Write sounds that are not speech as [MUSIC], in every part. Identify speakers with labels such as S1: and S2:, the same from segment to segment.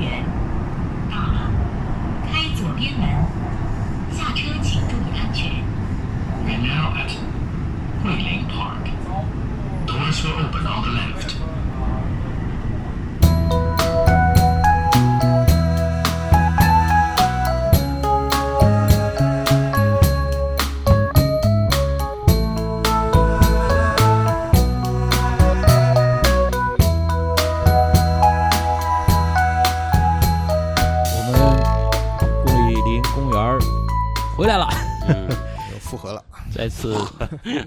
S1: 园。到了，开左边门，下车请注意安全。
S2: We're now at Guilin Park. Doors will open on the left.
S3: 我们桂林公园儿回
S4: [LAUGHS]
S3: 来了，
S5: 又复合了。
S3: 再次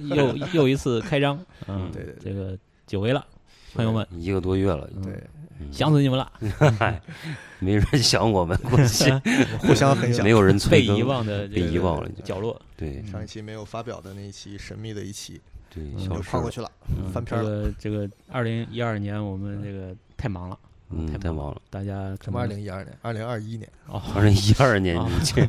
S3: 又又一次开张，嗯，
S5: 对对
S3: 这
S5: 对
S3: 个久违了，朋友们
S4: 一个多月了，
S5: 对，
S3: 想死你们了，
S4: 嗨，没人想我们过
S3: [LAUGHS]
S4: 去，
S5: 互相很想
S4: 没。有人催
S3: 被
S4: 更
S3: 遗，忘的这
S4: 被遗
S3: 个
S4: 忘了已经。
S3: 角落，
S4: 对
S5: 上一期没有发表的那一期神秘的一期，
S4: 对，
S3: 嗯
S4: 消
S5: 就
S4: 失
S5: 跨过
S4: 了，
S5: 去了，
S3: 嗯
S5: 翻篇
S3: 这
S5: 了。
S3: 个这个二零一二年我们这个太忙了，
S4: 嗯，太忙了。
S3: 大家可
S5: 什么？二
S3: 能
S5: 零一二年、二零二一年，
S3: 哦，
S4: 二零一二年，
S3: 啊
S4: 你这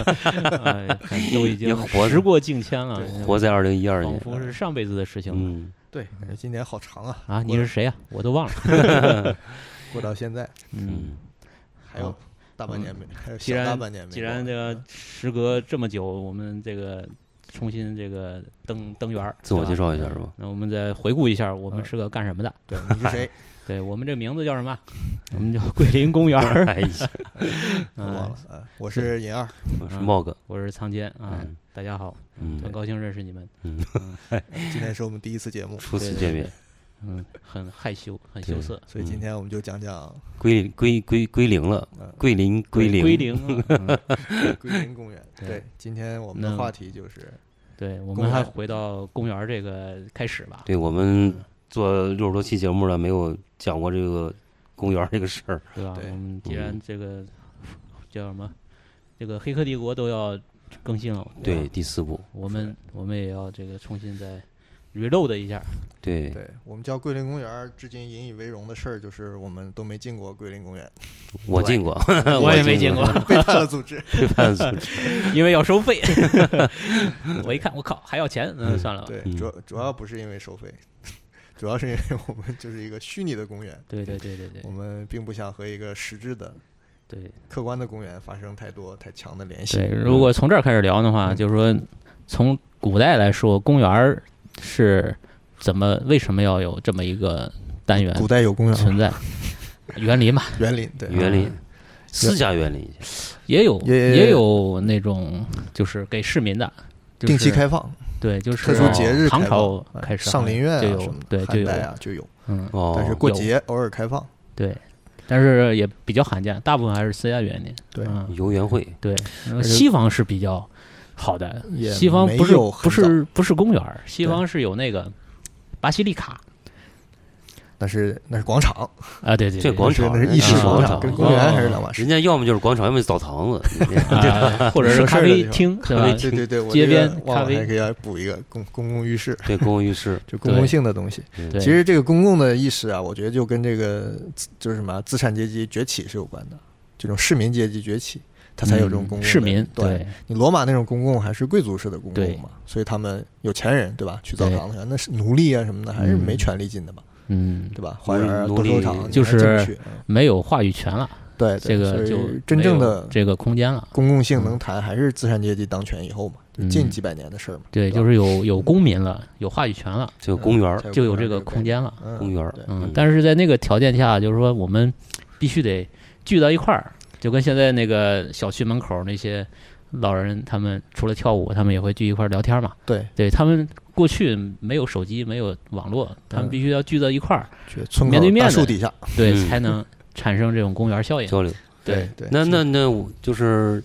S4: [LAUGHS]
S3: 哎都已经
S4: 也活着
S3: 时过境迁了，
S4: 活在二零一二
S3: 仿
S4: 年，
S3: 佛是上辈子的事情了
S4: 嗯，
S5: 对，感觉哎今年好长啊，
S3: 啊！你是谁呀？我都忘
S4: [LAUGHS]
S3: 了。
S5: 过到现在
S3: 嗯，
S4: 嗯，
S5: 还有
S3: 好
S5: 大半年没，还有
S3: 嗯既
S5: 小
S3: 然
S5: 大半年没过。
S3: 既然这
S4: 嗯
S3: 个时隔这么久，我们这个重新这个登登园儿，
S4: 自我
S3: 对吧
S4: 介。绍一下是吧？
S3: 那我们再回顾一下，我们
S5: 嗯
S3: 是个干什么的？
S5: 对你是谁？
S3: 对我们这名字叫什
S4: [LAUGHS]
S3: 么？我们叫桂林公园儿。
S4: 哎呀，
S5: 我
S3: [LAUGHS] 嗯
S5: 忘了啊，我是尹二，
S4: 我是茂哥，
S3: 我是苍坚啊
S4: 嗯，
S3: 大家好，很
S4: 嗯，
S3: 高兴认识你们。
S5: 今天是我们第一次节目，
S4: 初次见面，
S3: 嗯，很害羞，很
S4: 对
S3: 羞涩。
S5: 所以今天我们就讲讲
S3: [LAUGHS]
S4: 归归归归零了
S5: 嗯，
S4: 桂林零
S3: 归零
S4: [LAUGHS]
S3: 啊。嗯
S5: 桂林公园。
S3: 对
S5: 对，今天我们的
S3: 那
S5: 话题就是
S3: 对，我
S5: 公
S3: 们还
S5: 园
S3: 回到公园儿这个开始吧。
S4: 对我们做六十多期节目了，没有讲过这个公园这个事儿，
S3: 对吧？
S5: 对
S3: 我们既
S4: 嗯
S3: 然这个叫什么，这个《黑客帝国》都要更新了，吧
S4: 对，第四部，
S3: 我们我们也要这个重新再 reload 一
S5: [LAUGHS]
S3: 下，
S4: 对
S5: 对我们叫桂林公园，至今引以为荣的事儿就是我们都没进过桂林公
S3: [LAUGHS]
S5: 园，
S4: 我进过，
S3: 我也没进过，
S5: [LAUGHS] 被判了
S3: [LAUGHS]
S5: 组织。
S4: 被判组织，
S3: 因为要收
S5: [LAUGHS]
S3: 费。我一看，我靠，还要钱，嗯，算了吧。
S5: 对，
S4: 嗯
S5: 主要主要不是因为收费， [LAUGHS] 主要是因为我们就是一个虚拟的公园，
S3: 对对对对对
S5: 我们并不想和一个实质的、
S3: 对
S5: 客观的公园发生太多太强的联系。
S3: 对。如果从这儿开始聊的
S5: 嗯
S3: 话，就是说，从古代来说，公园儿是怎么为什么要有这么一个单元
S5: 古代有公园吗，
S3: 存
S5: [LAUGHS]
S3: 在？园林嘛，
S5: 园林对啊
S4: 园林，私家园林，
S3: 也有
S5: 也
S3: 有那种就是给市民的，就是、
S5: 定期开放，
S3: 对，就是
S5: 特殊节日
S3: 唐
S5: 开
S3: 朝
S5: 放，
S3: 开始
S5: 上林苑啊
S3: 就
S5: 什
S3: 有
S5: 么的
S3: 对就
S5: 汉
S3: 有
S5: 代啊就有，
S3: 嗯
S4: 哦，
S5: 但是过
S3: 有
S5: 节偶尔开放。
S3: 对，但是也比较罕见，大部分还是私家园林。
S5: 对
S3: 嗯、
S4: 游园会，
S3: 对，然后
S5: 而且
S3: 西方是比较好的，
S5: 也
S3: 西方
S5: 没
S3: 不是
S5: 有很
S3: 不是不是公园儿，西方是有那个巴西利卡
S5: 那是那是广场，
S3: 啊，对对对，
S4: 这广
S5: 是
S4: 场
S5: 那是意式
S3: 啊
S5: 广
S3: 广
S5: 场，
S3: 场
S5: 跟公园还是两码事。
S4: 人家要么就是广场，要么就是澡堂 [LAUGHS] 子，
S3: 啊， [LAUGHS] 或者是
S5: 省事
S3: 咖
S5: 儿的
S3: 啡
S5: 地方
S3: 厅，
S5: [LAUGHS]
S3: 对吧？
S5: 对对对，我
S3: 街
S5: 这个
S3: 边
S5: 忘
S3: 咖
S5: 了还
S3: 啡
S5: 给大家补一个公公共浴室，
S4: 对，公共浴室，
S5: 就公
S3: 对
S5: 共性的东西。
S3: 对，
S5: 其实这个公共的意识啊，我觉得就跟这个自就是什么资产阶级崛起是有关的，这种市民阶级崛起，它才有这种公共
S3: 嗯
S5: 的、
S3: 市民，
S5: 对，你罗马那种公共还是贵族式的公
S3: 对
S5: 共嘛，所以他们有钱人对吧？去澡堂子，那是奴隶啊什么的，还是没权利进的嘛，
S3: 嗯，
S5: 对吧？花园啊、
S4: 奴
S5: 斗兽
S4: 隶
S5: 场
S3: 就
S5: 你还进不
S3: 是
S5: 去，嗯
S3: 没有话语权了，
S5: 对
S3: 这
S5: 对所
S3: 个
S5: 以
S3: 就
S5: 真
S3: 没
S5: 正
S3: 有
S5: 的
S3: 这个空间了。
S5: 公共性能谈，还是资产阶级当权以后嘛，就近
S3: 嗯
S5: 几百年的事儿嘛。
S3: 对，就是有有公民了，有话语权了，
S4: 这个公园儿，
S5: 才
S3: 就有
S5: 公园
S3: 这个空间了。
S5: 概念，
S4: 公园儿
S5: 对，
S3: 嗯
S4: 嗯，
S3: 但是在那个条件下，就是说我们必须得聚到一块儿，就跟现在那个小区门口那些老人，他们除了跳舞，他们也会聚一块儿聊天嘛。
S5: 对，
S3: 对他们过去没有手机，没有网络，他们
S5: 嗯
S3: 必须要聚到一块儿，
S5: 去村
S3: 面
S5: 口
S3: 对面
S5: 大
S3: 的
S5: 树底下，
S3: 对，
S4: 嗯
S3: 才能产生这种公园效应。
S4: 交流。
S3: 对，
S5: 对，
S4: 那那那我就是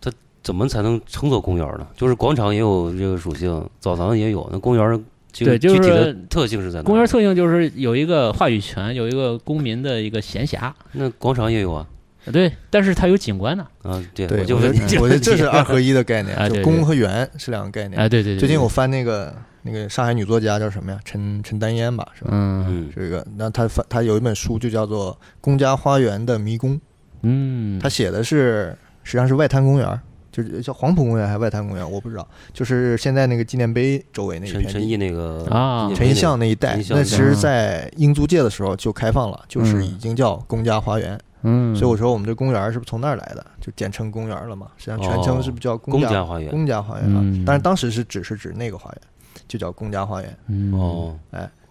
S4: 它怎么才能称作公园儿呢？就是广场也有这个属性，澡堂也有，那公园儿具
S3: 对就是
S4: 具体的特性是在哪？
S3: 公园特性就是有一个话语权，有一个公民的一个闲暇，
S4: 那广场也有啊
S3: 对，但是它有景观呢。
S4: 啊，对，
S5: 对，
S4: 我就
S5: 我觉
S4: 问
S5: 得
S4: 你个
S5: 我觉得这
S4: 问题
S5: 是
S4: [LAUGHS]
S5: 二合一的概念，
S3: 啊对对
S5: 就公和园是两个概念。
S3: 哎，对对对，
S5: 最近
S3: 对
S5: 我翻那个那个上海女作家叫什么呀？陈陈丹燕吧，是吧？
S3: 嗯
S4: 嗯，
S5: 这个，那她翻她有一本书就叫做《公家花园的迷宫》，
S3: 嗯
S5: 她，写的是实际上是外滩公园儿，就是叫黄浦公园还是外滩公园，我不知道，就是现在那个纪念碑周围那一
S4: 陈
S5: 片
S4: 陈
S5: 地。
S4: 毅那个
S3: 啊
S4: 纪念碑
S5: 陈
S4: 那
S5: 一
S4: 个
S5: 巷那一带
S4: 陈一，巷
S5: 那
S4: 那
S5: 其实，
S3: 嗯
S5: 在英租界的时候就开放了，就是
S3: 嗯
S5: 已经叫公家花园，
S3: 嗯，
S5: 所以我说我们这公园儿是不是从那儿来的？就简称公园儿了嘛？实际上全
S3: 哦
S5: 称是不是叫
S4: 公
S5: 家
S4: 家花园
S5: 公家花园啊？
S3: 嗯
S5: 但是当时是只是指那个花园，就叫公家花园。
S3: 嗯，
S4: 哦，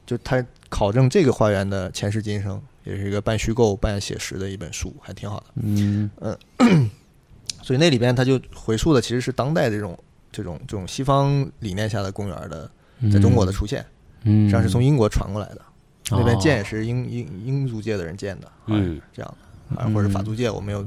S5: 就他考证这个花园的前世今生，也是一个半虚构半写实的一本书，还挺好的。
S3: 嗯
S5: 所以那里边他就回溯的其实是当代这种这种这种西方理念下的公园儿的
S3: 嗯，
S5: 在中国的出现，实
S3: 嗯，
S5: 际上是从英国传过来的。那边建
S3: 哦
S5: 也是英英英族界的人建的，好像是
S4: 嗯
S5: 这样的，啊，或者法租界，我没有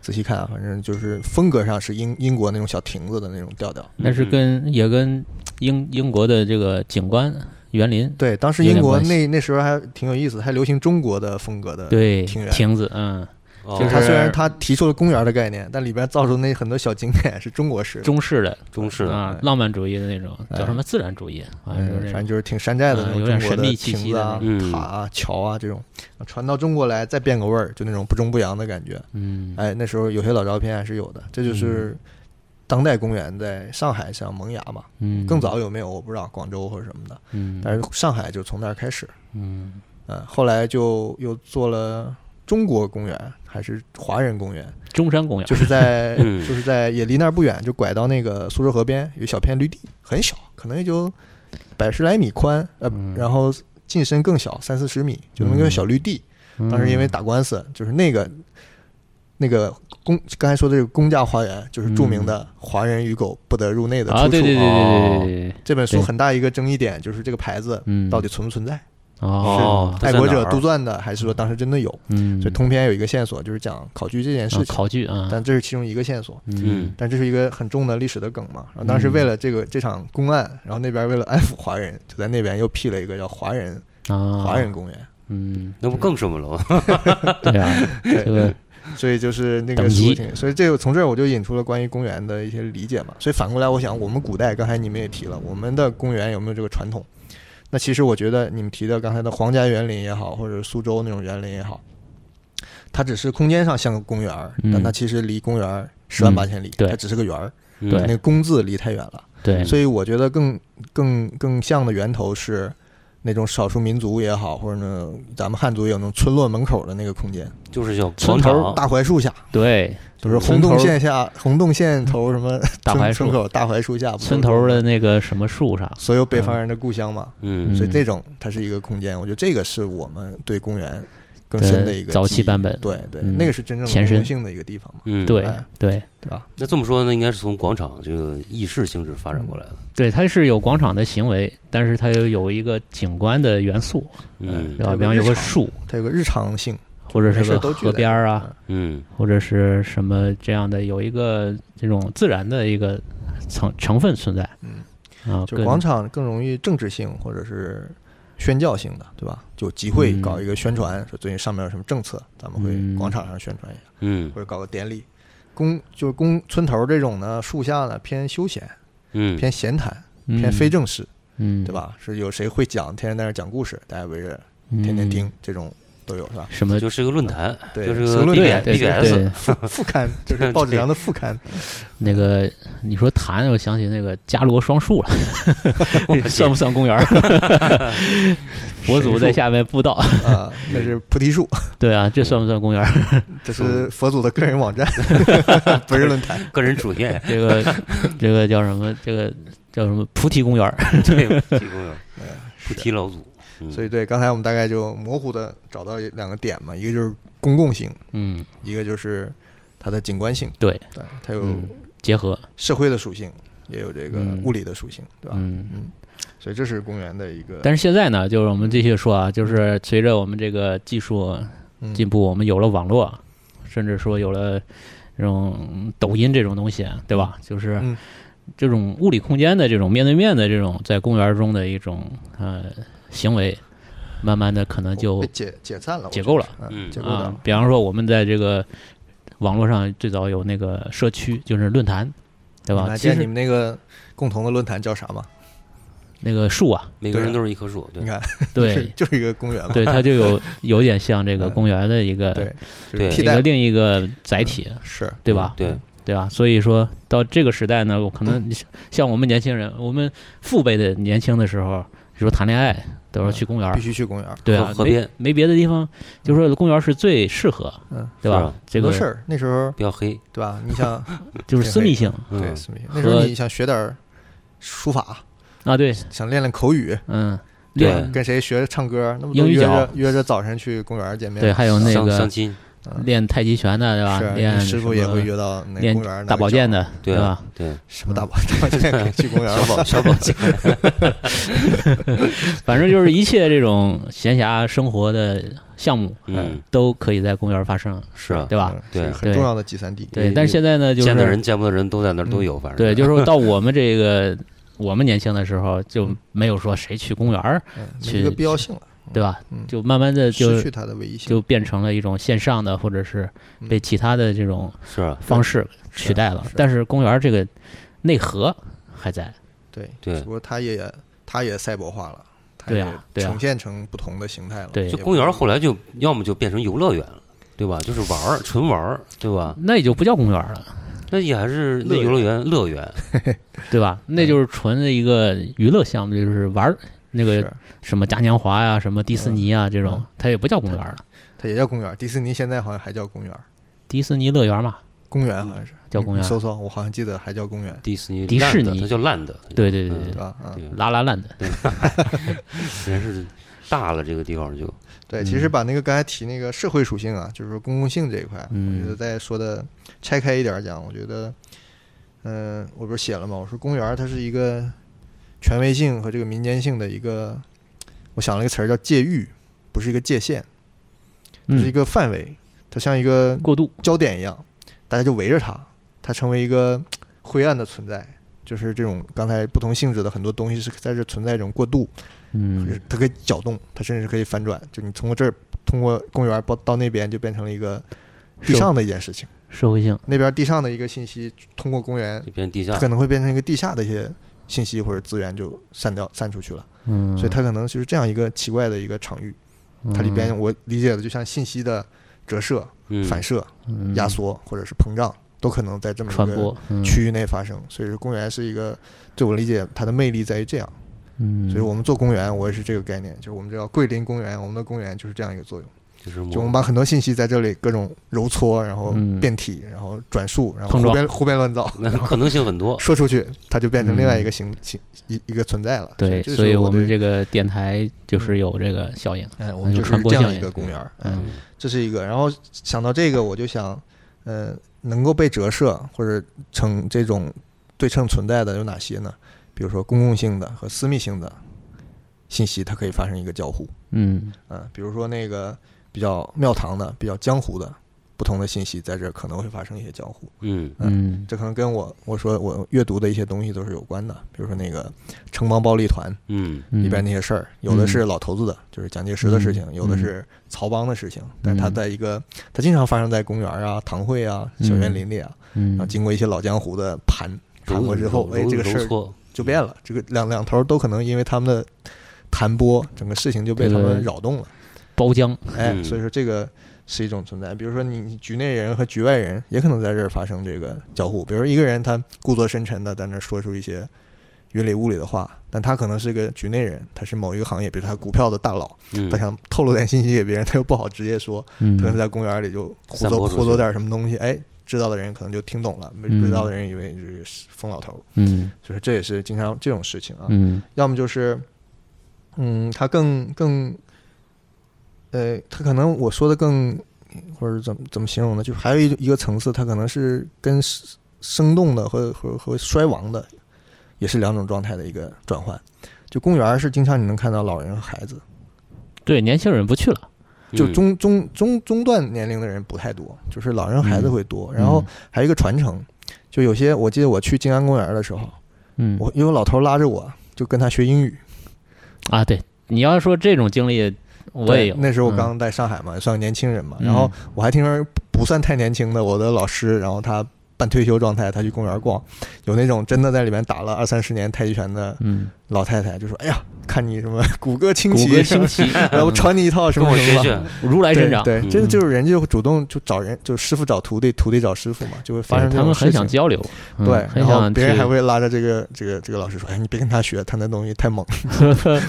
S5: 仔细看啊，反正就是风格上是英英国那种小亭子的那种调调。
S3: 那是
S4: 嗯
S3: 跟也跟英英国的这个景观园林
S5: 对，当时
S3: 有点
S5: 英国
S3: 关系
S5: 那那时候还挺有意思，还流行中国的风格的。，
S3: 对
S5: 庭园
S3: 亭子，嗯，
S4: 哦
S3: 就是
S5: 他虽然他提出了公园的概念，但里边造出那很多小景点是中国式的，
S3: 中式的
S4: 中式的，
S3: 啊，浪漫主义的那种，叫什么自然主义，好像
S5: 嗯
S3: 是那
S5: 反正
S3: 种。
S5: 就是挺山寨的
S3: 啊
S5: 那种
S3: 有点
S5: 中国
S3: 神
S5: 的
S3: 秘气息
S5: 亭子啊
S4: 的那、种
S5: 塔啊、桥啊这种，传到中国来再变个味儿，就那种不中不洋的感觉。
S3: 嗯
S5: 哎，那时候有些老照片还是有的，这就是当代公园在上海像萌芽嘛，
S3: 嗯，
S5: 更早有没有我不知道，广州或者什么的，
S3: 嗯，
S5: 但是上海就从那儿开始，
S3: 嗯
S5: 嗯，后来就又做了中国公园，还是华人公园，
S3: 中山公园
S5: 就是在
S4: 嗯
S5: 就是在也离那儿不远，就拐到那个苏州河边有一小片绿地，很小，可能也就百十来米宽，呃，
S3: 嗯
S5: 然后进深更小，三四十米，就那么一个小绿地，
S3: 嗯
S5: 当时因为打官司，就是那个那个公刚才说的这个公家花园，就是著名的“华人与狗不得入内”的出处。
S3: 嗯
S5: 哦
S3: 啊，对对对对对对，
S5: 这本书
S3: 对
S5: 很大一个争议点就是这个牌子
S3: 嗯，
S5: 到底存不存在？
S3: 哦，
S4: 它
S5: 爱
S4: 在
S5: 国
S4: 哪
S5: 者
S4: 儿
S5: 杜撰的，还是说当时真的有？
S3: 嗯，
S5: 所以通篇有一个线索就是讲考据这件事
S3: 啊
S5: 情，
S3: 考据啊，
S5: 但这是其中一个线索。
S4: 嗯，
S5: 但这是一个很重的历史的梗嘛，然后当时
S3: 嗯
S5: 为了这个这场公案，然后那边为了安抚华人，就在那边又辟了一个叫华人
S3: 啊，
S5: 华人公园， [LAUGHS]
S3: 嗯，
S4: 那不更什么了吗？
S3: 对啊，这个
S5: 所以就是那个
S3: 等级
S5: 书挺，所以这个从这儿我就引出了关于公园的一些理解嘛。所以反过来，我想我们古代，刚才你们也提了，我们的公园有没有这个传统？那其实我觉得你们提的刚才的皇家园林也好，或者苏州那种园林也好，它只是空间上像个公园儿，但
S3: 嗯
S5: 它其实离公园儿十万八千里，
S3: 对嗯
S5: 它只是个园儿，
S4: 对
S5: 那个公字离太远了。
S3: [LAUGHS] 对，
S5: 所以我觉得更更更像的源头是那种少数民族也好，或者呢咱们汉族也有那种村落门口的那个空间，
S4: 就是叫广
S3: 村头
S4: 场，
S5: 大槐树下，
S3: 对
S5: 都是
S3: 村
S5: 红
S3: 头
S5: 洞县下红洞县头什么
S3: 大槐
S5: 村
S3: 树
S5: 村口大槐树下，不都是
S3: 村头的那个什么树啥，
S5: 所有北方人的故乡嘛。
S4: 嗯，
S5: 所以
S3: 嗯
S5: 这种它是一个空间，我觉得这个是我们对公园更
S3: 对
S5: 深的一个
S3: 早期
S5: 记忆
S3: 版本
S5: 对对，
S3: 嗯
S5: 那个是真正
S3: 前
S5: 的
S3: 身
S5: 人性的一个地方嘛，
S4: 嗯，
S3: 对
S5: 哎
S3: 对
S5: 对吧？
S4: 那这么说，那应该是从广场这个议事性质发展过来的。
S3: 对，它是有广场的行为，但是它又有一个景观的元素，
S4: 嗯
S3: 对吧？
S5: 有个
S3: 比方有
S5: 日
S3: 个
S5: 常
S3: 树，
S5: 它有个日常性，
S3: 或者
S5: 没
S3: 是
S5: 事
S3: 个
S5: 都聚
S3: 河
S5: 在
S3: 边儿啊，
S4: 嗯
S3: 或者是什么这样的，有一个这种自然的一个成成分存在。
S5: 嗯
S3: 啊，
S5: 就
S3: 更
S5: 广场更容易政治性或者是宣教性的，对吧？就集会
S3: 嗯
S5: 搞一个宣传，说最近上面有什么政策，咱
S3: 嗯
S5: 们会广场上宣传一下，
S4: 嗯
S5: 或者搞个典礼。公就是公村头这种呢，树下呢偏休闲、
S4: 嗯，
S5: 偏闲谈、
S3: 嗯
S5: 偏非正式，
S3: 嗯，
S5: 对？吧？是有谁会讲，天天在那儿讲故事，大家围着
S3: 嗯、
S5: 天天听，这种都有是吧？
S3: 什么
S4: 嗯就是一个论坛，
S5: 对
S4: 就是
S5: 是
S4: 个
S5: 个论
S4: B B
S5: 坛
S4: B B
S3: 对
S4: S，
S3: 对
S5: 副刊就是报纸上的副刊，
S3: 那个你说谈，我想起那个伽罗双树了，算不算公园儿？佛祖在下面布道， [LAUGHS]
S5: 啊，那是菩提树，
S3: 对啊，这算不算公园儿？
S5: 这是
S3: 嗯
S5: 佛祖的个
S3: [LAUGHS]
S5: 人网站，不是论坛。
S4: 个人主
S5: [LAUGHS]
S4: 页，
S3: 这个这个叫什么？这个叫什么？菩提公园儿。
S4: 对，提供有
S5: 哎
S4: 菩提老祖，嗯
S5: 所以对，刚才我们大概就模糊的找到两个点嘛，一个就是公共性，
S3: 嗯，
S5: 一个就是它的景观性，
S3: 对，
S5: 对，它有
S3: 嗯，结合，
S5: 社会的属性，也有这个
S3: 嗯
S5: 物理的属性，对吧？
S3: 嗯。
S5: 所以这是公园的一个，
S3: 但是现在呢，就是我们继续说啊，就是随着我们这个技术
S5: 嗯
S3: 进步，我们有了网络，甚至说有了这种抖音这种东西，啊对吧？就是
S5: 嗯
S3: 这种物理空间的这种面对面的这种在公园中的一种呃行为，慢慢的可能就
S5: 哦被解解散了，我觉
S3: 解
S5: 得
S3: 构了，
S5: 嗯，
S4: 嗯
S5: 解构掉
S3: 啊
S5: 了，，
S3: 比方说我们在这个网络上最早有那个社区，就是论坛，对
S5: 你们
S3: 吧？
S5: 还
S3: 其
S5: 记得你
S3: 实
S5: 们那个共同的论坛叫啥吗？
S3: 那个树
S5: [LAUGHS]
S3: 啊，
S4: 每个人都是一棵树，对
S5: 你，看，就是 [LAUGHS]
S3: 对
S5: 就是一个公园嘛，
S3: 对，它就有有点像这个公园的一个。
S5: 对，就
S4: 对
S5: 是替
S3: 一个
S5: 代嗯
S3: 另一个载体，
S5: 是，
S3: 对吧？
S4: 对，
S3: 对吧？所以说
S5: 嗯
S3: 到这个时代呢，我可能你像像我们年轻人，我们父辈的年轻的时候，比如谈恋爱都是去公园儿
S5: 必，须去公园儿。
S3: 对啊，
S4: 河河
S3: 没
S4: 边
S3: 没别的地方，就说公园儿是最适合，
S5: 嗯，
S3: 对
S4: 是
S3: 吧
S4: 啊？
S3: 这
S5: 多
S3: 个
S5: 事儿，那时候
S4: 比较黑，
S5: 对吧？你想，
S3: 就是私密性
S4: 嗯
S5: 对，，思密那时候
S3: 和
S5: 你想学点儿书法，
S3: 啊，对，
S5: 想练练口语，
S3: 嗯，
S4: 对
S3: 练
S5: 跟谁学唱歌，那不
S3: 英
S5: 都
S3: 语
S5: 约
S3: 角
S5: 着约着早晨去公园儿见面？
S3: 对，还有那
S4: 相相
S3: 个
S4: 亲，
S3: 练太极拳的，对
S5: 嗯是啊
S3: 吧？
S5: 你
S3: 练
S5: 师傅
S3: 什
S5: 也
S3: 么
S5: 会约到那
S3: 练
S5: 公园儿那
S3: 大
S5: 个
S3: 保
S5: 角
S3: 健的，嗯
S4: 对啊
S3: 吧？
S4: 对，
S5: 什么大保大保健，去公园儿吧。
S4: [LAUGHS] 小宝剑，
S3: 反正就是一切这种闲暇生活的项目，
S4: 嗯，
S3: 都可以在公园发生，
S4: 是啊，
S3: 对吧？
S5: 嗯是
S4: 对
S5: 很重要的集散地。
S3: 对，
S4: 也
S3: 但是现在呢，就
S4: 见的
S3: 是嗯
S4: 人见不得人都在那儿都有，反正
S3: 对，就是说到我们这个我们年轻的时候，就没有说谁去公园儿，
S5: 嗯，没
S3: 去
S5: 这个必要性了，
S3: 对吧
S5: 嗯？
S3: 就慢慢的就
S5: 失去它的唯一性。
S3: 就变成了一种线上的，或者是被其他的这种
S4: 是啊，
S3: 方式取代了
S5: 是。啊
S3: 但是公园这个内核还在，
S5: 对
S4: 对
S5: 只不过它也它也赛博化了，它
S3: 嗯对
S5: 也
S3: 啊对啊
S5: 呈现成不同的形态了。
S3: 对
S4: 就公园儿后来就要么就变成游乐园了。对吧？就是玩儿，纯玩儿，对吧？
S3: 那也就不叫公园了，
S4: 那也还是那
S5: 乐园
S4: 游乐园，乐园，
S3: 对吧？那就是纯的一个娱乐项目，就是玩儿那个
S5: 是嗯
S3: 什么嘉年华呀、什么迪士尼啊这种，它也不叫公园了，
S5: 它也叫公园儿，迪士尼现在好像还叫公园儿，
S3: 迪士尼乐园嘛，
S5: 公园好像是
S3: 叫公
S5: 你
S3: 园
S5: 你。搜搜，我好像记得还叫公园，
S4: 迪士尼，
S3: 迪士
S4: Land，
S3: 尼
S4: 它叫 Land，
S3: 对对对
S5: 对
S3: 对，
S5: 吧？啊，
S4: 对
S3: 拉拉烂的，
S4: 真是大了，这个地方就
S3: 嗯
S5: 对，其实把那个刚才提那个社会属性啊，就是公共性这一块，
S3: 嗯
S5: 我觉得再说的拆开一点儿讲，我觉得，嗯、我不是写了吗？我说公园儿它是一个权威性和这个民间性的一个，我想了一个词儿叫界域，不是一个界限，它是一
S3: 嗯，
S5: 个范围，它像一个
S3: 过渡，
S5: 焦点一样，大家就围着它，它成为一个嘖灰暗的存在，就是这种刚才不同性质的很多东西是在这存在一种过渡，就
S3: 嗯
S5: 是，它可以搅动，它甚至可以反转，就你通过这儿，通过公园到到那边就变成了一个地上的一件事情，
S3: 社会性，
S5: 那边地上的一个信息通过公园
S4: 就，变地
S3: 啊
S4: 下
S5: 它可能会变成一个地下的一些信息或者资源就散掉散出去了，
S3: 嗯，
S5: 所以它可能就是这样一个奇怪的一个场域，它里边我理解的就像信息的折射、
S4: 嗯
S5: 反射、
S3: 嗯
S5: 压缩或者是膨胀，都可能在这么一
S3: 传
S5: 个
S3: 播嗯
S5: 区域内发生。所以说，公园是一个，对我理解，它的魅力在于这样。
S3: 嗯，
S5: 所以我们做公园，我也是这个概念，就是我们这叫桂林公园，我们的公园就是这样一个作用，
S4: 就是
S5: 就我
S4: 我
S5: 们把很多信息在这里各种揉搓，然后
S3: 嗯
S5: 变体，然后转述，然后
S3: 碰
S5: 胡
S3: 撞嗯
S5: 编胡编乱造，
S4: 那可能性很多，
S5: 说出去，它就变成另外一个形形一一个存在了。
S3: 对，
S5: 这
S3: 所以
S5: 是
S3: 我们这
S5: 对
S3: 个电台就是有这个效应，
S5: 哎，我们就是
S3: 传播
S5: 这样
S3: 效
S5: 一
S3: 应
S5: 个公园儿， [LAUGHS] 嗯。
S3: 嗯
S5: 这是一个。然后想到这个，我就想，呃，能够被折射或者成这种对称存在的有哪些呢？比如说公共性的和私密性的信息，它可以发生一个交互。
S3: 嗯
S5: 嗯、比如说那个比较庙堂的、比较江湖的不同的信息，在这可能会发生一些交互。
S4: 嗯
S3: 嗯
S5: 这可能跟我我说我阅读的一些东西都是有关的。比如说那个城邦暴力团
S4: 嗯嗯
S3: 嗯
S5: 里边那些事儿，有的是老头子的，就是蒋介石的事情，有的是曹帮的事情，但是它在一个，它经常发生在公园啊、堂会啊、小园林里啊，
S3: 嗯
S5: 然后经过一些老江湖的盘盘过之后，
S4: 揉
S5: 哎，这个事
S4: 揉
S5: 儿
S4: 搓
S5: 就变了，这个两两头都可能因为他们的弹拨，整个事情就被他
S3: 这个
S5: 们扰动了，
S3: 包浆，
S5: 哎，
S4: 嗯
S5: 所以说这个。是一种存在，比如说你你局内人和局外人也可能在这儿发生这个交互。比如说一个人他故作深沉的在那儿说出一些云里雾里的话，但他可能是个局内人，他是某一个行业，比如他股票的大佬，
S4: 嗯
S5: 他想透露点信息给别人，他又不好直接说，
S3: 嗯
S5: 可能在公园里就胡
S4: 散播
S5: 诌
S4: 出去
S5: 胡诌点什么东西，哎，知道的人可能就听懂了，没
S3: 嗯
S5: 不知道的人以为就是疯老头儿，
S3: 嗯
S5: 所以说这也是经常这种事情啊。
S3: 嗯
S5: 要么就是，嗯，他更更，呃，他可能我说的更，或者怎么怎么形容呢？就是还有一一个层次，它可能是跟生生动的和和和衰亡的，也是两种状态的一个转换。就公园儿是经常你能看到老人和孩子。
S3: 对，年轻人不去了，
S5: 就
S4: 嗯
S5: 中中中中段年龄的人不太多，就是老人孩子会多。然
S3: 嗯
S5: 后还有一个传承，就有些我记得我去静安公园的时候，
S3: 嗯
S5: 我因为老头拉着我，就跟他学英语。
S3: 啊，对，你要说这种经历，我也
S5: 对，
S3: 有，
S5: 那时候我
S3: 嗯
S5: 刚在上海嘛，算个年轻人嘛。
S3: 嗯
S5: 然后我还听说不算太年轻的，我的老师，然后他半退休状态，她去公园逛，有那种真的在里面打了二三十年太极拳的
S3: 嗯，
S5: 老太太，就说：“哎呀，看你什么骨骼清
S3: 骨
S5: 奇，
S3: 骼清奇，
S5: [LAUGHS]
S3: 哎
S5: 然后
S3: 嗯
S5: 传你一套什
S4: 跟
S5: 么
S4: 我
S5: 什
S4: 学
S5: 么吧。”
S4: 学，
S3: 如来
S5: 对
S3: 神掌，
S5: 对，
S4: 嗯
S5: 真的就是人家就主动就找人，就师傅找徒弟，徒弟找师傅嘛，就会发生这
S3: 他
S5: 种
S3: 们
S5: 事情。
S3: 很想交流，嗯
S5: 对，
S3: 很
S5: 然后
S3: 想
S5: 别人
S3: 去
S5: 还会拉着这个这个这个老师说：“哎，你别跟他学，他那东西太猛， [LAUGHS]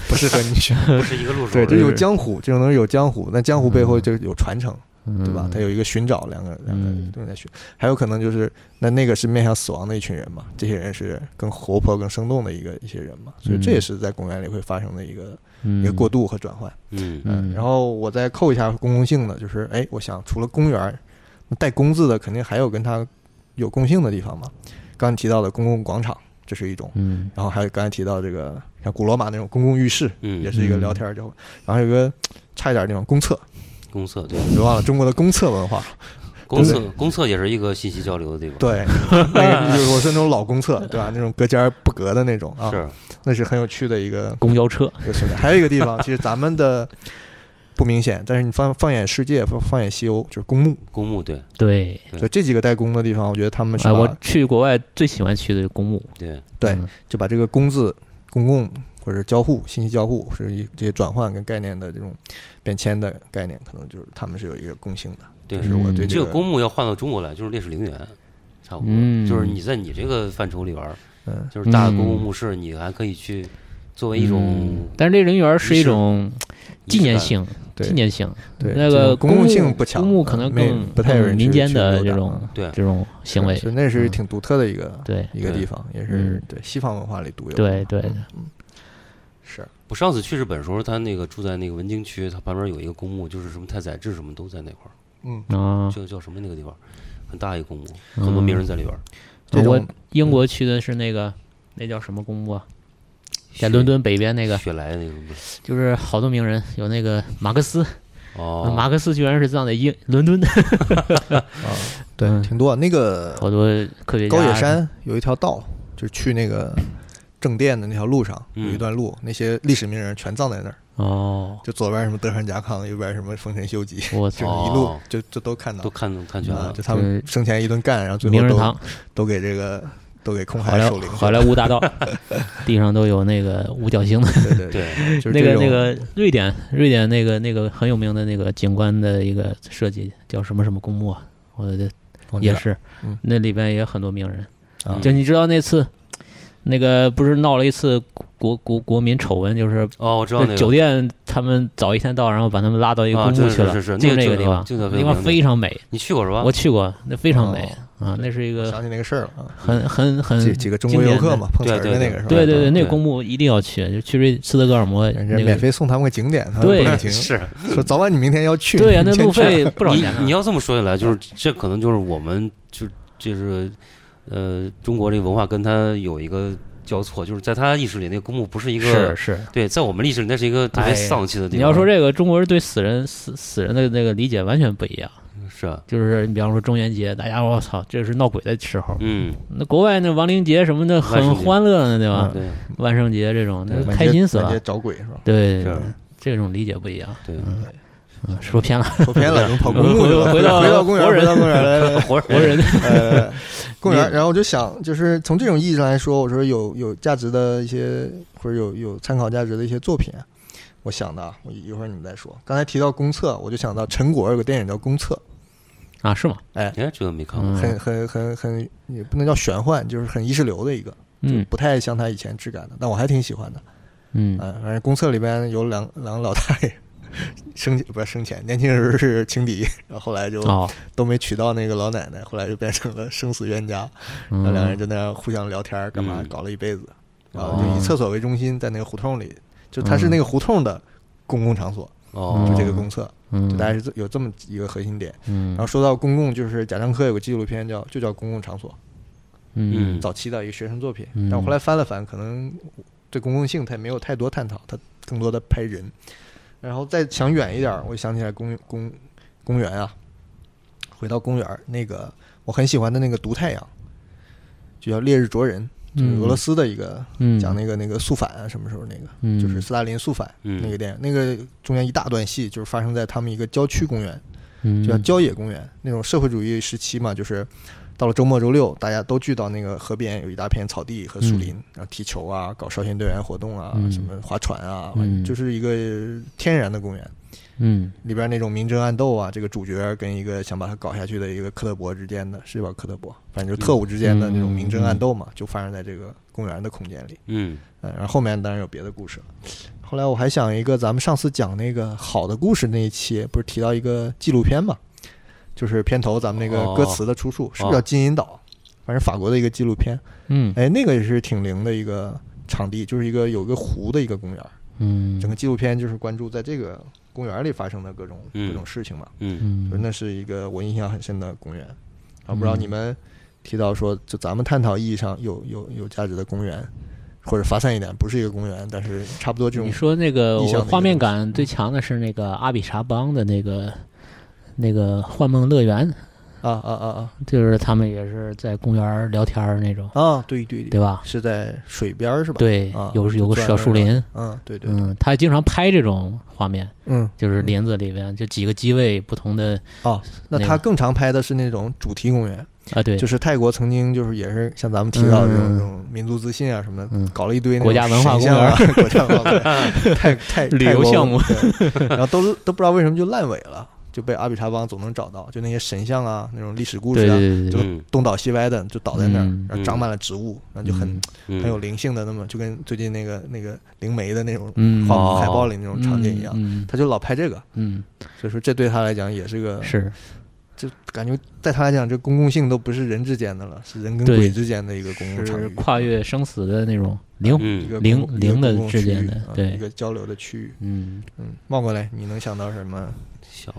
S5: 不适合你学。
S4: 不是一个路”数。
S5: 对，
S3: 就
S5: 这
S3: 是
S5: 有江湖，这种东西有江湖，那江湖背后就有传承，对吧？
S3: [LAUGHS]
S5: 他
S3: 嗯
S5: 有一个寻找，两个两个
S3: 嗯
S5: 都在学，还有可能就是那那个是面向死亡的一群人嘛，这些人是更活泼、更生动的一个一些人嘛，所以这也
S3: 嗯
S5: 是在公园里会发生的一个
S3: 嗯
S5: 一个过渡和转换。
S4: 嗯，
S3: 嗯，
S5: 然后我再扣一下公共性的，就是哎，我想除了公园儿，那带“公”字的肯定还有跟它有共性的地方嘛。刚才提到的公共广场，这是一种；
S3: 嗯
S5: 然后还有刚才提到这个像古罗马那种公共浴室，
S4: 嗯
S5: 也是一个聊天儿交换。然后有一个差一点儿那种公厕，
S4: 公厕对，
S5: 别忘了中国的公厕文化。
S4: 公厕公厕也是一个信息交流的地方。 [LAUGHS]
S5: 对，那个就是我是那种老公厕，对吧？那种隔间儿不隔的那种啊，
S4: 是，
S5: 那是很有趣的一个
S3: 公交车，
S5: 有存在。还有一个地方，其实咱们的不明显，但是你放放眼世界，放放眼西欧，就是公墓。
S4: 公墓对
S3: 对，
S5: 所以这几个代工的地方，我觉得他们是
S3: 哎，
S5: 把、
S3: 我去国外最喜欢去的公墓，
S4: 对，
S5: 对
S3: 嗯
S5: 就把这个工字、公共或者交互、信息交互，或者一这些转换跟概念的这种变迁的概念，可能就是他们是有一个共性的。
S4: 对
S5: 这是我对
S3: 嗯
S4: 这
S5: 个
S4: 个公墓要换到中国来，就是烈士陵园，差不多，
S3: 嗯
S4: 就是你在你这个范畴里边儿，
S5: 嗯
S4: 就是大的公共
S3: 嗯
S4: 墓室，你还可以去作为一种
S3: 嗯但是这个陵园是
S4: 仪
S3: 一
S4: 式
S3: 种
S4: 仪
S3: 纪
S4: 式
S3: 念
S4: 感，
S3: 性，
S5: 对
S3: 纪念性，
S5: 对
S3: 那
S5: 这
S3: 个
S5: 种公共
S3: 墓
S5: 性不强啊
S3: 公墓可能
S5: 没
S3: 更
S5: 不太有人
S3: 更
S5: 去
S3: 民间
S5: 去
S3: 的
S5: 溜
S3: 这
S5: 达
S3: 种
S4: 对
S3: 这种行为
S5: 所，以那是
S3: 嗯
S5: 挺独特的一个、
S3: 对
S5: 一个
S4: 对
S5: 地方，也是
S3: 嗯
S5: 对西方文化里独有的。嗯
S3: 对对的，
S5: 是，
S4: 我上次去日本的时候，他那个住在那个文京区，他旁边有一个公墓，就是什么太宰治什么都在那块儿，
S5: 嗯，
S3: 啊，
S4: 叫叫什么那个地方，很大一个公墓，很多名人在里边儿。
S5: 这
S3: 我
S5: 种
S3: 英国去的是那个那叫什么公墓啊？在伦敦北边那
S4: 那
S3: 个，
S4: 雪莱那个墓
S3: 就是好多名人，有那个马克思，
S4: 哦，
S3: 马克思居然是葬在英伦敦的，
S5: 啊，对，
S3: 嗯
S5: 挺多。那个
S3: 好多科学家。
S5: 高野山有一条道，就是去那个正殿的那条路上有
S4: 嗯
S5: 一段路，那些历史名人全葬在那儿。
S3: 哦，
S5: 就左边什么德川家康，右边什么丰臣秀吉，
S3: 我
S5: 就是
S3: 操，
S5: 一路就就都看到
S4: 都，看看全
S5: 啊
S4: 了
S5: 就，他们
S3: 对
S5: 生前一顿干，然后最
S3: 名
S5: 后
S3: 人
S5: 都
S3: 堂，
S5: 都给这个都给空
S3: 好
S5: 海
S3: 莱
S5: 守灵去了，
S3: 好莱坞
S5: [LAUGHS]
S3: 大道，地上都有那个五角星的。
S5: 对对
S4: 对，
S5: 对，就是
S3: 那
S5: 这
S3: 个
S5: 种
S3: 那个瑞典瑞典那个那个很有名的那个景观的一个设计叫什么什么公墓啊，我的
S4: 哦
S5: 忘记
S3: 也
S5: 了
S3: 是
S5: 嗯，
S3: 那里边也有很多名人。
S5: 啊
S3: 就你知道那次，那个不是闹了一次国国国民丑闻，就是
S4: 哦，我知道那
S3: 那
S4: 个
S3: 酒店他们早一天到，然后把他们拉到一个
S4: 啊
S3: 公
S4: 是
S3: 墓去了，
S4: 是是
S3: 就
S4: 那个哦
S3: 那
S4: 就啊
S3: 个地方，
S4: 就在
S3: 那地方非常美，
S4: 你去过是吧？
S3: 我去过，那非常美啊，那是一
S5: 我
S3: 个
S5: 想起那个事儿了啊，
S3: 很很很
S5: 几几个中国游客嘛，碰瓷儿
S4: 对
S5: 的
S4: 对
S5: 那
S4: 对
S5: 个是
S3: 经典的。
S5: 吧？
S3: 对对对，
S4: 嗯
S3: 那
S4: 对
S3: 个公墓一定要去，就去瑞斯德哥尔摩
S5: 人家
S3: 那
S5: 免
S3: 个，
S5: 费送他们个景点，他们
S3: 对
S5: 不领情，
S4: 是
S5: 说早晚你明天要去，
S3: 对呀，啊那
S5: 你先
S3: 路
S5: 去
S3: 费不少
S4: 你
S3: 钱呢嗯
S4: 你要这么说起来，就是这可能就是我们就就是呃中国这个文化跟它有一个交错，就是在他意识里那个公墓不是一
S3: 是
S4: 个
S3: 是。
S4: 对，在我们历史里那是一个特别
S3: 哎
S4: 丧气的地方。
S3: 你要说这个中国人对死人死死人的那个理解完全不一样，
S4: 是啊，
S3: 就是你比方说中元节，大家我操，这是闹鬼的时候。
S4: 嗯，
S3: 那国外那亡灵节什么的
S4: 万
S3: 很
S4: 圣节
S3: 欢乐呢，对吧？
S5: 嗯
S4: 对
S3: 万圣节这种，那
S4: 对
S5: 满街
S3: 呃开心死
S5: 满
S3: 了
S5: 街。找鬼是吧？啊
S3: 对，
S4: 是
S3: 这种理解不一样。
S4: 对，
S3: 嗯，说偏了，
S5: 说偏了，怎么跑公
S3: 回
S5: 路
S3: [LAUGHS]
S5: 去了？
S3: 回
S5: 回
S3: 到
S5: 到公园，
S3: 活
S5: 回
S3: 人
S5: 到公园来来。来
S4: 活
S3: [LAUGHS] 活人
S5: 呃，公园儿。然后我就想，就是从这种意义上来说，我说有有价值的一些或者有有参考价值的一些作品，我想的啊，我一会儿你们再说。刚才提到公厕，我就想到陈果有个电影叫《公厕
S3: 啊，是吗？
S4: 哎，这个没看过，
S3: 嗯》，
S5: 很很很很也不能叫玄幻，就是很意识流的一个，就
S3: 嗯
S5: 不太像他以前质感的，但我还挺喜欢的。
S3: 嗯
S5: 嗯，反正公厕里边有两两个老大爷。生 [LAUGHS] 前不是生前，年轻时候是情敌，然后后来就
S3: 哦，
S5: 都没娶到那个老奶奶，后来就变成了生死冤家。那两人
S3: 嗯
S5: 就那样互相聊天，儿，干嘛
S4: 嗯
S5: 搞了一辈子，然后
S4: 哦
S5: 就以厕所为中心，在那个胡同里，就它
S3: 嗯
S5: 是那个胡同的公共场所，
S4: 哦，
S5: 就这个公厕，就大
S3: 嗯
S5: 啊概是这有这么一个核心点。然
S3: 嗯
S5: 后说到公共，就是贾樟柯有个纪录片叫就叫公共场所，
S3: 嗯
S4: 嗯，
S5: 早期的一个学生作品，
S3: 嗯
S5: 但我后来翻了翻，可能对公共性它也没有太多探讨，它更多的拍人。然后再想远一点
S4: 嗯
S5: 儿，我想起来公公公园啊，回到公园儿那个我很喜欢的那个《毒太阳》，就叫《烈日灼人》，
S4: 嗯
S5: 就是俄罗斯的一个、
S3: 嗯
S5: 讲那个那个肃反啊，什么时候那个、
S3: 嗯
S5: 就是斯大林肃反、
S4: 嗯
S5: 那个电影，那个中间一大段戏就是发生在他们一个郊区公园，
S3: 嗯
S5: 就叫郊野公园那种社会主义时期嘛，就是到了周末周六，大家都聚到那个河边，有一大片草地和树林，然后踢球啊，搞少先队员活动啊，
S3: 嗯
S5: 什么划船啊，
S3: 嗯
S5: 就是一个天然的公园。
S3: 嗯
S5: 里边那种明争暗斗啊，这个主角跟一个想把他搞下去的一个科特伯之间的，是吧？科特伯，反正就是特务之间的那种
S3: 嗯
S5: 明争暗斗嘛，就发生在这个公园的空间里。
S4: 嗯
S5: 嗯，然后后面当然有别的故事了。后来我还想一个，咱们上次讲那个好的故事那一期，不是提到一个纪录片嘛？就是片头咱们那个歌词的出处，是不是叫《金银岛》？反正法国的一个纪录片，
S3: 嗯
S5: 哎，那个也是挺灵的一个场地，就是一个有个湖的一个公园。
S3: 嗯，
S5: 整个纪录片就是关注在这个公园里发生的各种
S4: 嗯
S5: 各种事情嘛。就
S4: 嗯
S5: 是
S3: 嗯
S5: 那是一个我印象很深的公园。啊，不知道你们提到说，就咱们探讨意义上有有有价值的公园，或者发散一点，不是一个公园，但是差不多这种
S3: 你。说那个
S5: 意象的一
S3: 我
S5: 个
S3: 画面
S5: 东西
S3: 感最强的是那个阿比查邦的那个那个幻梦乐园，
S5: 啊啊啊
S3: 就是他们也是在公园儿聊天儿那种，
S5: 啊啊！对对
S3: 对，吧？
S5: 是在水边儿是吧？，
S3: 对
S5: 啊，
S3: 有有个
S5: 就转
S3: 小树
S5: 了
S3: 林，
S5: 嗯，对对，
S3: 嗯，他经常拍这种画面，
S5: 嗯。
S3: 就是林子里边就几个机位不同的
S5: 那
S3: 那
S5: 他
S3: 个
S5: 更常拍的是那种主题公园，
S3: 啊，对
S5: 就，是泰国曾经就是也是像咱们提到的这种
S3: 嗯
S5: 这种民族自信啊什么
S3: 嗯
S5: 的，搞了一堆那
S3: 国
S5: 种
S3: 家文化
S5: 神像啊， [LAUGHS] 国家文化公园，
S3: [LAUGHS]
S5: 泰泰
S3: 旅游
S5: 泰国
S3: 项目
S5: 对然后都都不知道为什么就烂尾了，就被阿比查邦总能找到，就那些神像啊，那种历史故
S3: 对
S5: 事啊，
S3: 对对对，
S4: 嗯
S5: 东倒西歪的就倒在那儿
S3: 嗯，
S5: 然后长满了植物，然后就很
S4: 嗯，
S5: 很有灵性的，那么就跟最近那个那个灵媒的那种
S3: 嗯
S5: 画
S4: 哦
S5: 海报里那种场景一样，
S3: 嗯
S5: 他就老拍这个，
S3: 嗯，
S5: 所以说这对他来讲也是个
S3: 嗯是
S5: 就感觉在他来讲，这公共性都不是人之间的了，是人跟
S3: 对
S5: 鬼之间的一个公共场
S3: 是
S5: 域，
S3: 跨越生死的那种灵魂，
S5: 一
S4: 嗯
S5: 个
S3: 灵
S5: 公共
S3: 灵的
S5: 一个公共
S3: 之
S5: 区域
S3: 间的
S5: 啊
S3: 对
S5: 一个交流的区域。
S3: 嗯，
S5: 嗯，冒过来，你能想到什么？
S4: 小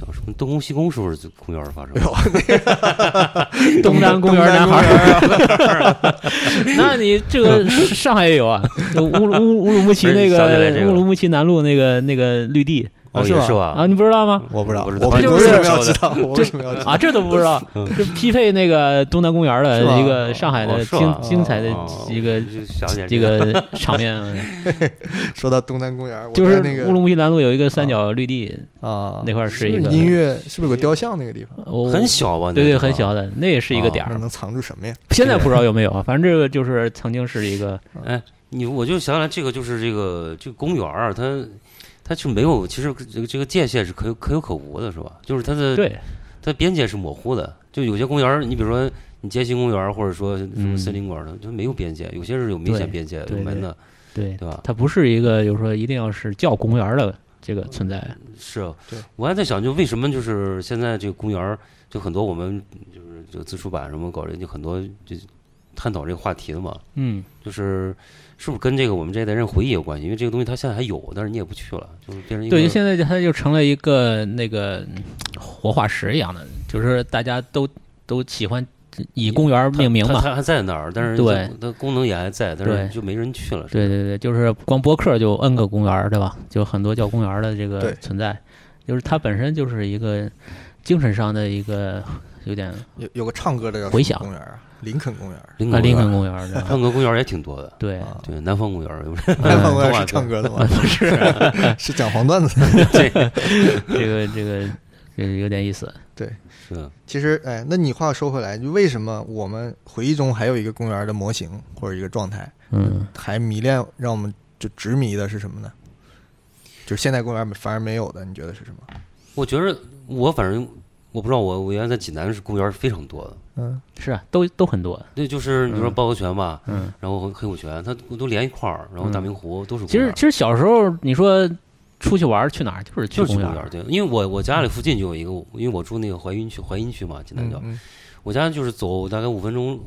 S4: 小什么东宫西宫是不是就公园儿发生
S5: 哎
S4: 的？
S5: 呦，
S3: [LAUGHS] 东单公园男孩儿，
S4: 啊
S3: [LAUGHS] 那你这
S4: [LAUGHS]
S3: 个上海也有啊， [LAUGHS] 乌鲁乌乌鲁木齐那
S4: 不是想起来这
S3: 个
S4: 个
S3: 乌鲁木齐南路那个那个绿地
S4: 哦，
S5: 是
S4: 也
S5: 吧
S4: 是
S3: 啊，
S4: 吧？
S3: 你不知道
S4: [LAUGHS]
S3: 吗？
S5: 我不知道，
S4: 我不知道
S5: 我不
S4: 这
S5: 为
S4: 是
S5: 什么
S4: 我
S5: 要
S4: 说
S5: 知
S4: 的
S5: 道？
S3: [LAUGHS]
S5: 我为什么要知道？
S3: 啊，这都不知道，这匹配那个东南公园
S5: 是吧
S3: 的一个上海
S4: 嗯哦
S3: 的
S4: 是
S3: 精
S4: 吧
S3: 精彩的
S4: 哦
S3: 一个
S4: 就想起来
S3: 这
S4: 这个
S3: 个场面，
S4: [LAUGHS]
S5: 说到东南公园，我
S3: 就是
S5: 在那个
S3: 乌鲁木齐南路有一个三角绿地，
S5: 啊
S3: 那块儿
S5: 是
S3: 是一
S5: 不
S3: 个
S5: 是音乐，是不是有个雕像那个地方？
S3: 我
S4: 很，小吧？那
S3: 对对，
S4: 个
S3: 很小。的，那也是一个点
S5: 那
S3: 儿，
S4: 啊
S5: 能藏住什么呀？
S3: 现在不知道有没有啊，反正这个就是曾经是一个，
S4: 你我就想想，这个就是这个这个公园儿，啊它它是没有，其实这个这个界限是可有可有可无的，是吧？就是它的
S3: 对，
S4: 它边界是模糊的。就有些公园儿，你比如说你街心公园儿，或者说什么森林公园儿的，就没有边界，有些是有明显
S3: 嗯对
S4: 边界、有
S3: 对
S4: 门的，
S3: 对，
S4: 对吧？
S3: 它不是一个，就是说一定要是叫公园儿的这个存在，
S4: 是啊
S5: 对，
S4: 我还在想，就为什么就是现在这个公园儿，就很多我们就是就自出版什么搞这就很多就探讨这个话题的嘛，
S3: 嗯，
S4: 就是是不是跟这个我们这一代人回忆有关系？因为这个东西它现在还有，但是你也不去了，就是变成一个
S3: 对，就现在它就成了一个那个嗯活化石一样的，就是大家都都喜欢以公园儿
S4: 它
S3: 命名
S4: 它
S3: 嘛。
S4: 它还在那儿，但是
S3: 对
S4: 它它功能也还在，但
S3: 对
S4: 是就没人去了。是吧
S3: 对对对，就是光播客就 N 个公园儿，对吧？就很多叫公园儿的这个
S5: 对
S3: 存在，就是它本身就是一个精神上的一个有点
S5: 有有个唱歌的叫
S3: 回
S5: 什
S3: 响
S5: 么公园啊，林肯公园啊，
S4: 林
S3: 啊，
S4: 肯
S3: 林
S4: 公
S3: 肯
S4: 园，
S3: 公园儿，对吧
S4: 林肯公园也挺多的。
S3: 对
S5: 啊
S4: 对，南方公
S5: [LAUGHS]
S4: 园儿，
S3: 嗯
S5: 林肯公
S3: [LAUGHS]
S4: 东
S5: 园
S4: 莞
S5: 是唱歌的吗？不是，
S3: 啊
S5: [LAUGHS] 是讲黄段子。
S3: 这个这个这个有点意思。
S4: 是的
S5: 其实，哎，那你话说回来，就为什么我们回忆中还有一个公园的模型或者一个状态，
S3: 嗯，
S5: 还迷恋让我们就执迷的是什么呢？就是现代公园反而没有的，你觉得是什么？
S4: 我觉着我反正我不知道，我我原来在济南是公园儿非常多的。
S5: 嗯，
S3: 是啊，都都很多。
S4: 对，就是你说趵突泉吧，
S3: 嗯，
S4: 然后黑虎泉，它都连一块儿，然后大明湖都是公
S3: 其
S4: 园
S3: 实
S4: 儿。
S3: 其实小时候你说出去玩儿去哪儿，就是去
S4: 就是
S3: 公
S4: 公
S3: 园
S4: 园
S3: 儿
S4: 儿，。对，因为我我家里附近就有一个，因为我住那个淮阴区，淮阴区嘛，济南叫，
S5: 嗯
S4: 我家就是走大概五分钟，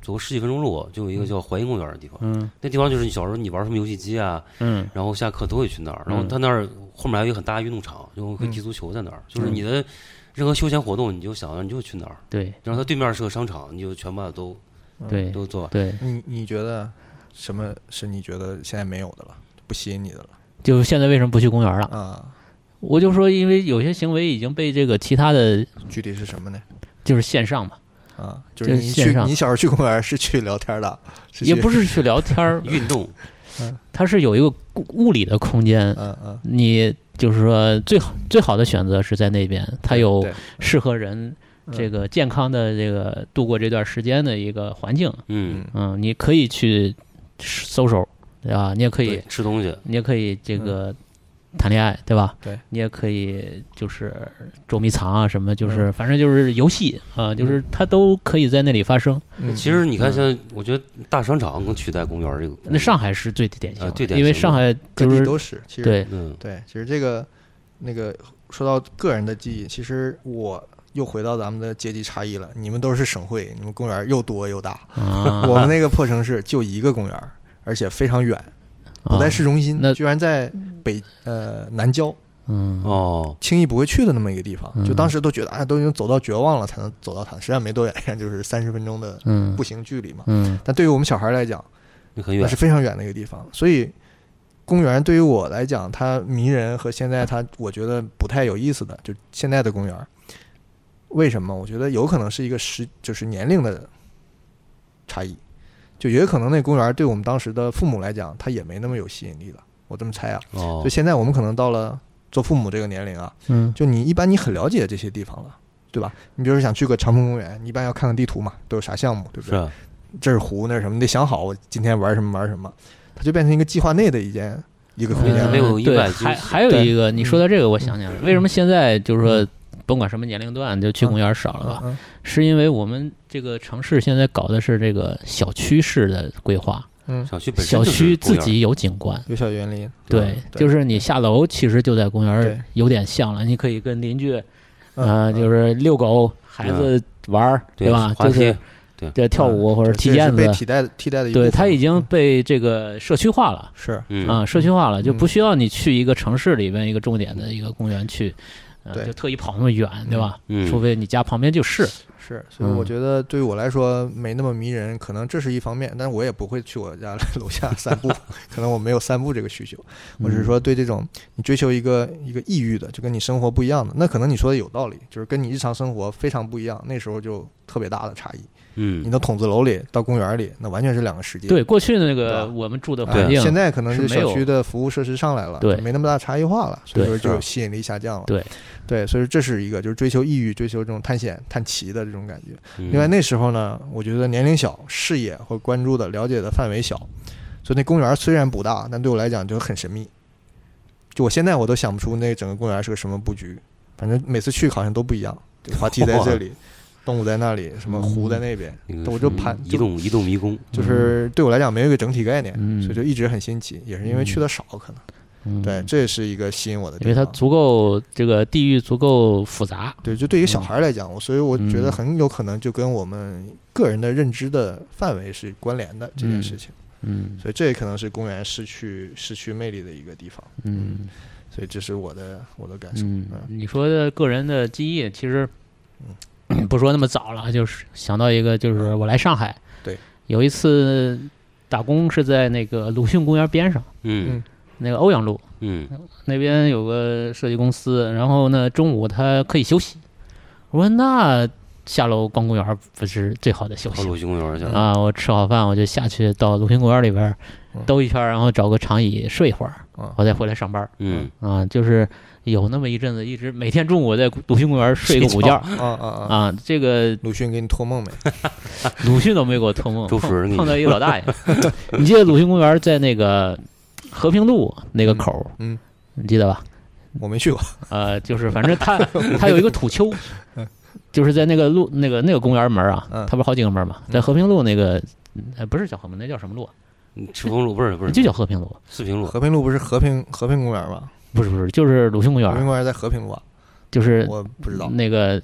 S4: 走十几分钟路就有一个叫淮阴公园儿的地方。
S3: 嗯
S4: 那地方就是你小时候你玩什么游戏机啊，
S3: 嗯
S4: 然后下课都会去那儿，然后
S3: 嗯
S4: 它那儿后面还有一个很大的运动场，就会踢足球在那儿，
S3: 嗯
S4: 就是你的任何休闲活动，你就想你就去那儿，
S3: 对
S4: 然后它对面是个商场，你就全把它都
S3: 对
S4: 嗯都做完。
S3: 对，
S5: 你你觉得什么是你觉得现在没有的了，不吸引你的了
S3: 就现在为什么不去公园了？
S5: 啊？
S3: 我就说，因为有些行为已经被这个其他的，
S5: 具体是什么呢？
S3: 就是线上嘛，
S5: 啊，就是
S3: 就是
S5: 你
S3: 线
S5: 去
S3: 上
S5: 你小时候去公园是去聊天的，
S3: 也不
S5: 是
S3: 是去聊天
S4: [LAUGHS]
S3: 儿，
S4: 运动，
S3: 它是有一个物物理的空间
S5: 去，嗯嗯，
S3: 你就是说最好最好的选择是在那边，它有
S5: 对
S3: 适合人
S4: 嗯
S3: 这个健康的这个度过这段时间的一个环境。
S4: 嗯，
S3: 嗯，你可以去搜手，对嗯吧？你也可以
S4: 对，吃东西，
S3: 你也可以这个谈恋爱，对吧？
S5: 对，
S3: 你也可以就是捉迷藏啊，什么就是反正就是游戏啊，就是它都可以在那里发生。
S5: 嗯
S4: 其实你看，
S5: 嗯
S4: 现在我觉得大商场更取代公园儿这个。
S3: 那上海是最典型
S4: 啊
S3: 的，
S4: 最典
S3: 因为
S4: 型
S3: 上
S4: 的
S3: 海
S5: 各
S3: 就
S5: 地
S3: 是
S5: 都是，其实
S3: 对
S4: 嗯，
S5: 对，其实这个那个说到个人的记忆，其实我又回到咱们的阶级差异了。你们都是省会，你们公园又多又大，
S3: 啊，
S4: [LAUGHS]
S5: 我们那个破城市就一个公园，而且非常远，不在
S3: 啊
S5: 市中心，
S3: 那
S5: 居然在北呃南郊，
S3: 嗯
S4: 哦，
S5: 轻易不会去的那么一个地方。就
S3: 嗯
S5: 当时都觉得，哎，都已经走到绝望了才能走到它，实际上没多远， [LAUGHS] 就是三十分钟的
S3: 嗯
S5: 步行距离嘛。
S3: 嗯
S5: 但对于我们小孩来讲，
S4: 那很
S5: 那
S4: 远
S5: 呃是。非常远的一个地方。所以，公园对于我来讲，它迷人和现在它我觉得不太有意思的，就现在的公园，为什么？我觉得有可能是一个时就是年龄的差异，就也有可能那公园对我们当时的父母来讲，它也没那么有吸引力了。我这么猜啊，
S4: 哦
S5: 就，现在我们可能到了做父母这个年龄啊，
S3: 嗯
S5: 就你一般你很了解这些地方了。对吧？你比如说想去个长鹏公园，你一般要看看地图嘛，都有啥项目，对不
S4: 是
S5: 对？
S4: 啊，
S5: 这是湖，那是什么？你得想好，我今天玩什么玩什么，它就变成一个计划内的一件一个空
S4: 回家
S5: 间
S4: 没
S5: 了。
S4: 有
S3: 嗯
S4: 意
S3: 对
S4: 外惊
S3: 还
S4: 喜
S3: 还有
S5: 对
S3: 一个，你说到
S4: 嗯
S3: 这个，我想起来了，为什么现在就是说
S5: 嗯，
S3: 甭管什么年龄段，就去公园少了吧？
S5: 嗯
S3: 是因为我们这个城市现在搞的是这个小区式的规划，
S5: 嗯，
S4: 小区本身
S3: 小
S4: 就是
S3: 区自
S4: 公园儿
S3: 己有景观。
S5: 有小园林，
S3: 对，
S5: 嗯对
S3: 就是你下楼其实就在公园
S5: 对
S3: 儿，有点像了。你可以跟邻居，
S5: 嗯
S3: 呃，就是遛狗、孩子玩儿，
S4: 对
S3: 吧？
S4: 滑
S3: 就是
S4: 梯，
S3: 对跳舞或者
S5: 嗯这
S3: 踢
S5: 这也
S3: 毽
S5: 是被
S3: 子，
S5: 替代替代的一部
S3: 对，
S5: 分
S3: 它已经
S5: 嗯
S3: 被这个社区化了。
S5: 是
S4: 嗯
S3: 啊，社区化了，就
S5: 嗯
S3: 不需要你去一个城市里边一个重点的一个公园去，呃，
S5: 对
S3: 就特意跑那么远，对吧？
S4: 嗯，
S3: 除非你家旁边就是，
S5: 是，所以
S3: 嗯
S5: 我觉得对于我来说没那么迷人，可能这是一方面，但我也不会去我家
S3: [LAUGHS]
S5: 楼下散步，可能我没有散步这个需求。
S3: 嗯
S5: 我只是说对这种你追求一个一个异域的，就跟你生活不一样的，那可能你说的有道理，就是跟你日常生活非常不一样，那时候就特别大的差异。你
S4: 嗯，
S5: 到筒子楼里到公园里，那完全是两个世
S3: 嗯
S5: 界。
S3: 对过去的那个
S5: 对吧
S3: 我们住的
S5: 啊
S3: 环境，
S5: 现在可能
S3: 是
S5: 是
S3: 没
S5: 小
S3: 有
S5: 区的服务设施上来了，
S3: 对
S5: 就没那么大差异化了，所以
S3: 对
S5: 说就是吸引力下降了。
S3: 对
S5: 对，所以说这是一个就是追求异域、追求这种探险、探奇的这种感觉。
S4: 嗯
S5: 另外那时候呢，我觉得年龄小，视野或关注的了解的范围小，所以那公园虽然不大，但对我来讲就很神秘。就我现在我都想不出那整个公园是个什么布局，反正每次去好像都不一样，就滑梯在这里，动物在那里，什么湖在那边，
S4: 那个
S5: 我
S4: 什
S5: 就
S4: 么
S5: 盘
S4: 移
S5: 就
S4: 动移动迷宫，
S5: 就是对我来讲没有一个整体概念，
S3: 嗯
S5: 所以就一直很新奇，也是因为去的少，可能、
S3: 嗯
S5: 对，，这也是一个吸引我的地
S3: 因
S5: 方。
S3: 为它足够这个地域足够复杂，
S5: 对，就对于小孩来讲，我所以我
S3: 嗯
S5: 觉得很有可能就跟我们个人的认知的范围是关联的这件事情，
S3: 嗯
S5: 所以这也可能是公园失去失去魅力的一个地方。
S3: 嗯
S5: 所以这是我的我的感受。
S3: 嗯，你说的个人的记忆，其实 [CLEARS THROAT]
S5: 嗯
S3: 不说那么早了，就是想到一个，就是我来上海，
S5: 对，
S3: 有一次打工是在那个鲁迅公园边上，
S4: 嗯
S3: 那个欧阳路，
S4: 嗯
S3: 那边有个设计公司，然后呢，中午他可以休息。我说那下楼逛公园儿不是最好的休
S4: 跑
S3: 息
S4: 鲁迅公园儿去了。
S3: 啊？我吃好饭我就下去到鲁迅公园里边儿
S5: 嗯
S3: 兜一圈儿，然后找个长椅睡一会儿
S5: 啊，
S3: 我再回来上班儿
S4: 嗯，
S3: 啊。就是有那么一阵子，一直每天中午在鲁迅公园睡个午觉
S5: 啊啊啊！
S3: 啊。这个
S5: 鲁迅给你
S3: [LAUGHS]
S5: 托梦没？
S3: 鲁迅都没给我托梦，
S4: 周主任给
S3: 碰
S4: 你
S3: 碰到一老大爷。你记得鲁迅公园在那个和平路那个口儿，
S5: 嗯
S3: 你记得吧？
S5: 我没去过。
S3: 呃，就是反正它它有一个土丘，就是在那个路那个那个公园门啊，
S5: 嗯
S3: 它不是好几个门嘛，在和平路那个，呃，不是叫和平，那叫什么路啊？
S4: 赤峰路不是不是，
S3: 就叫和平路，啊
S4: 四平路，
S5: 和平路不是和平和平公园吗？
S3: 不是不是，就是鲁迅公
S5: 和平
S3: 园，
S5: 公园在和平路啊？
S3: 就是嗯
S5: 我不知道。啊
S3: 那个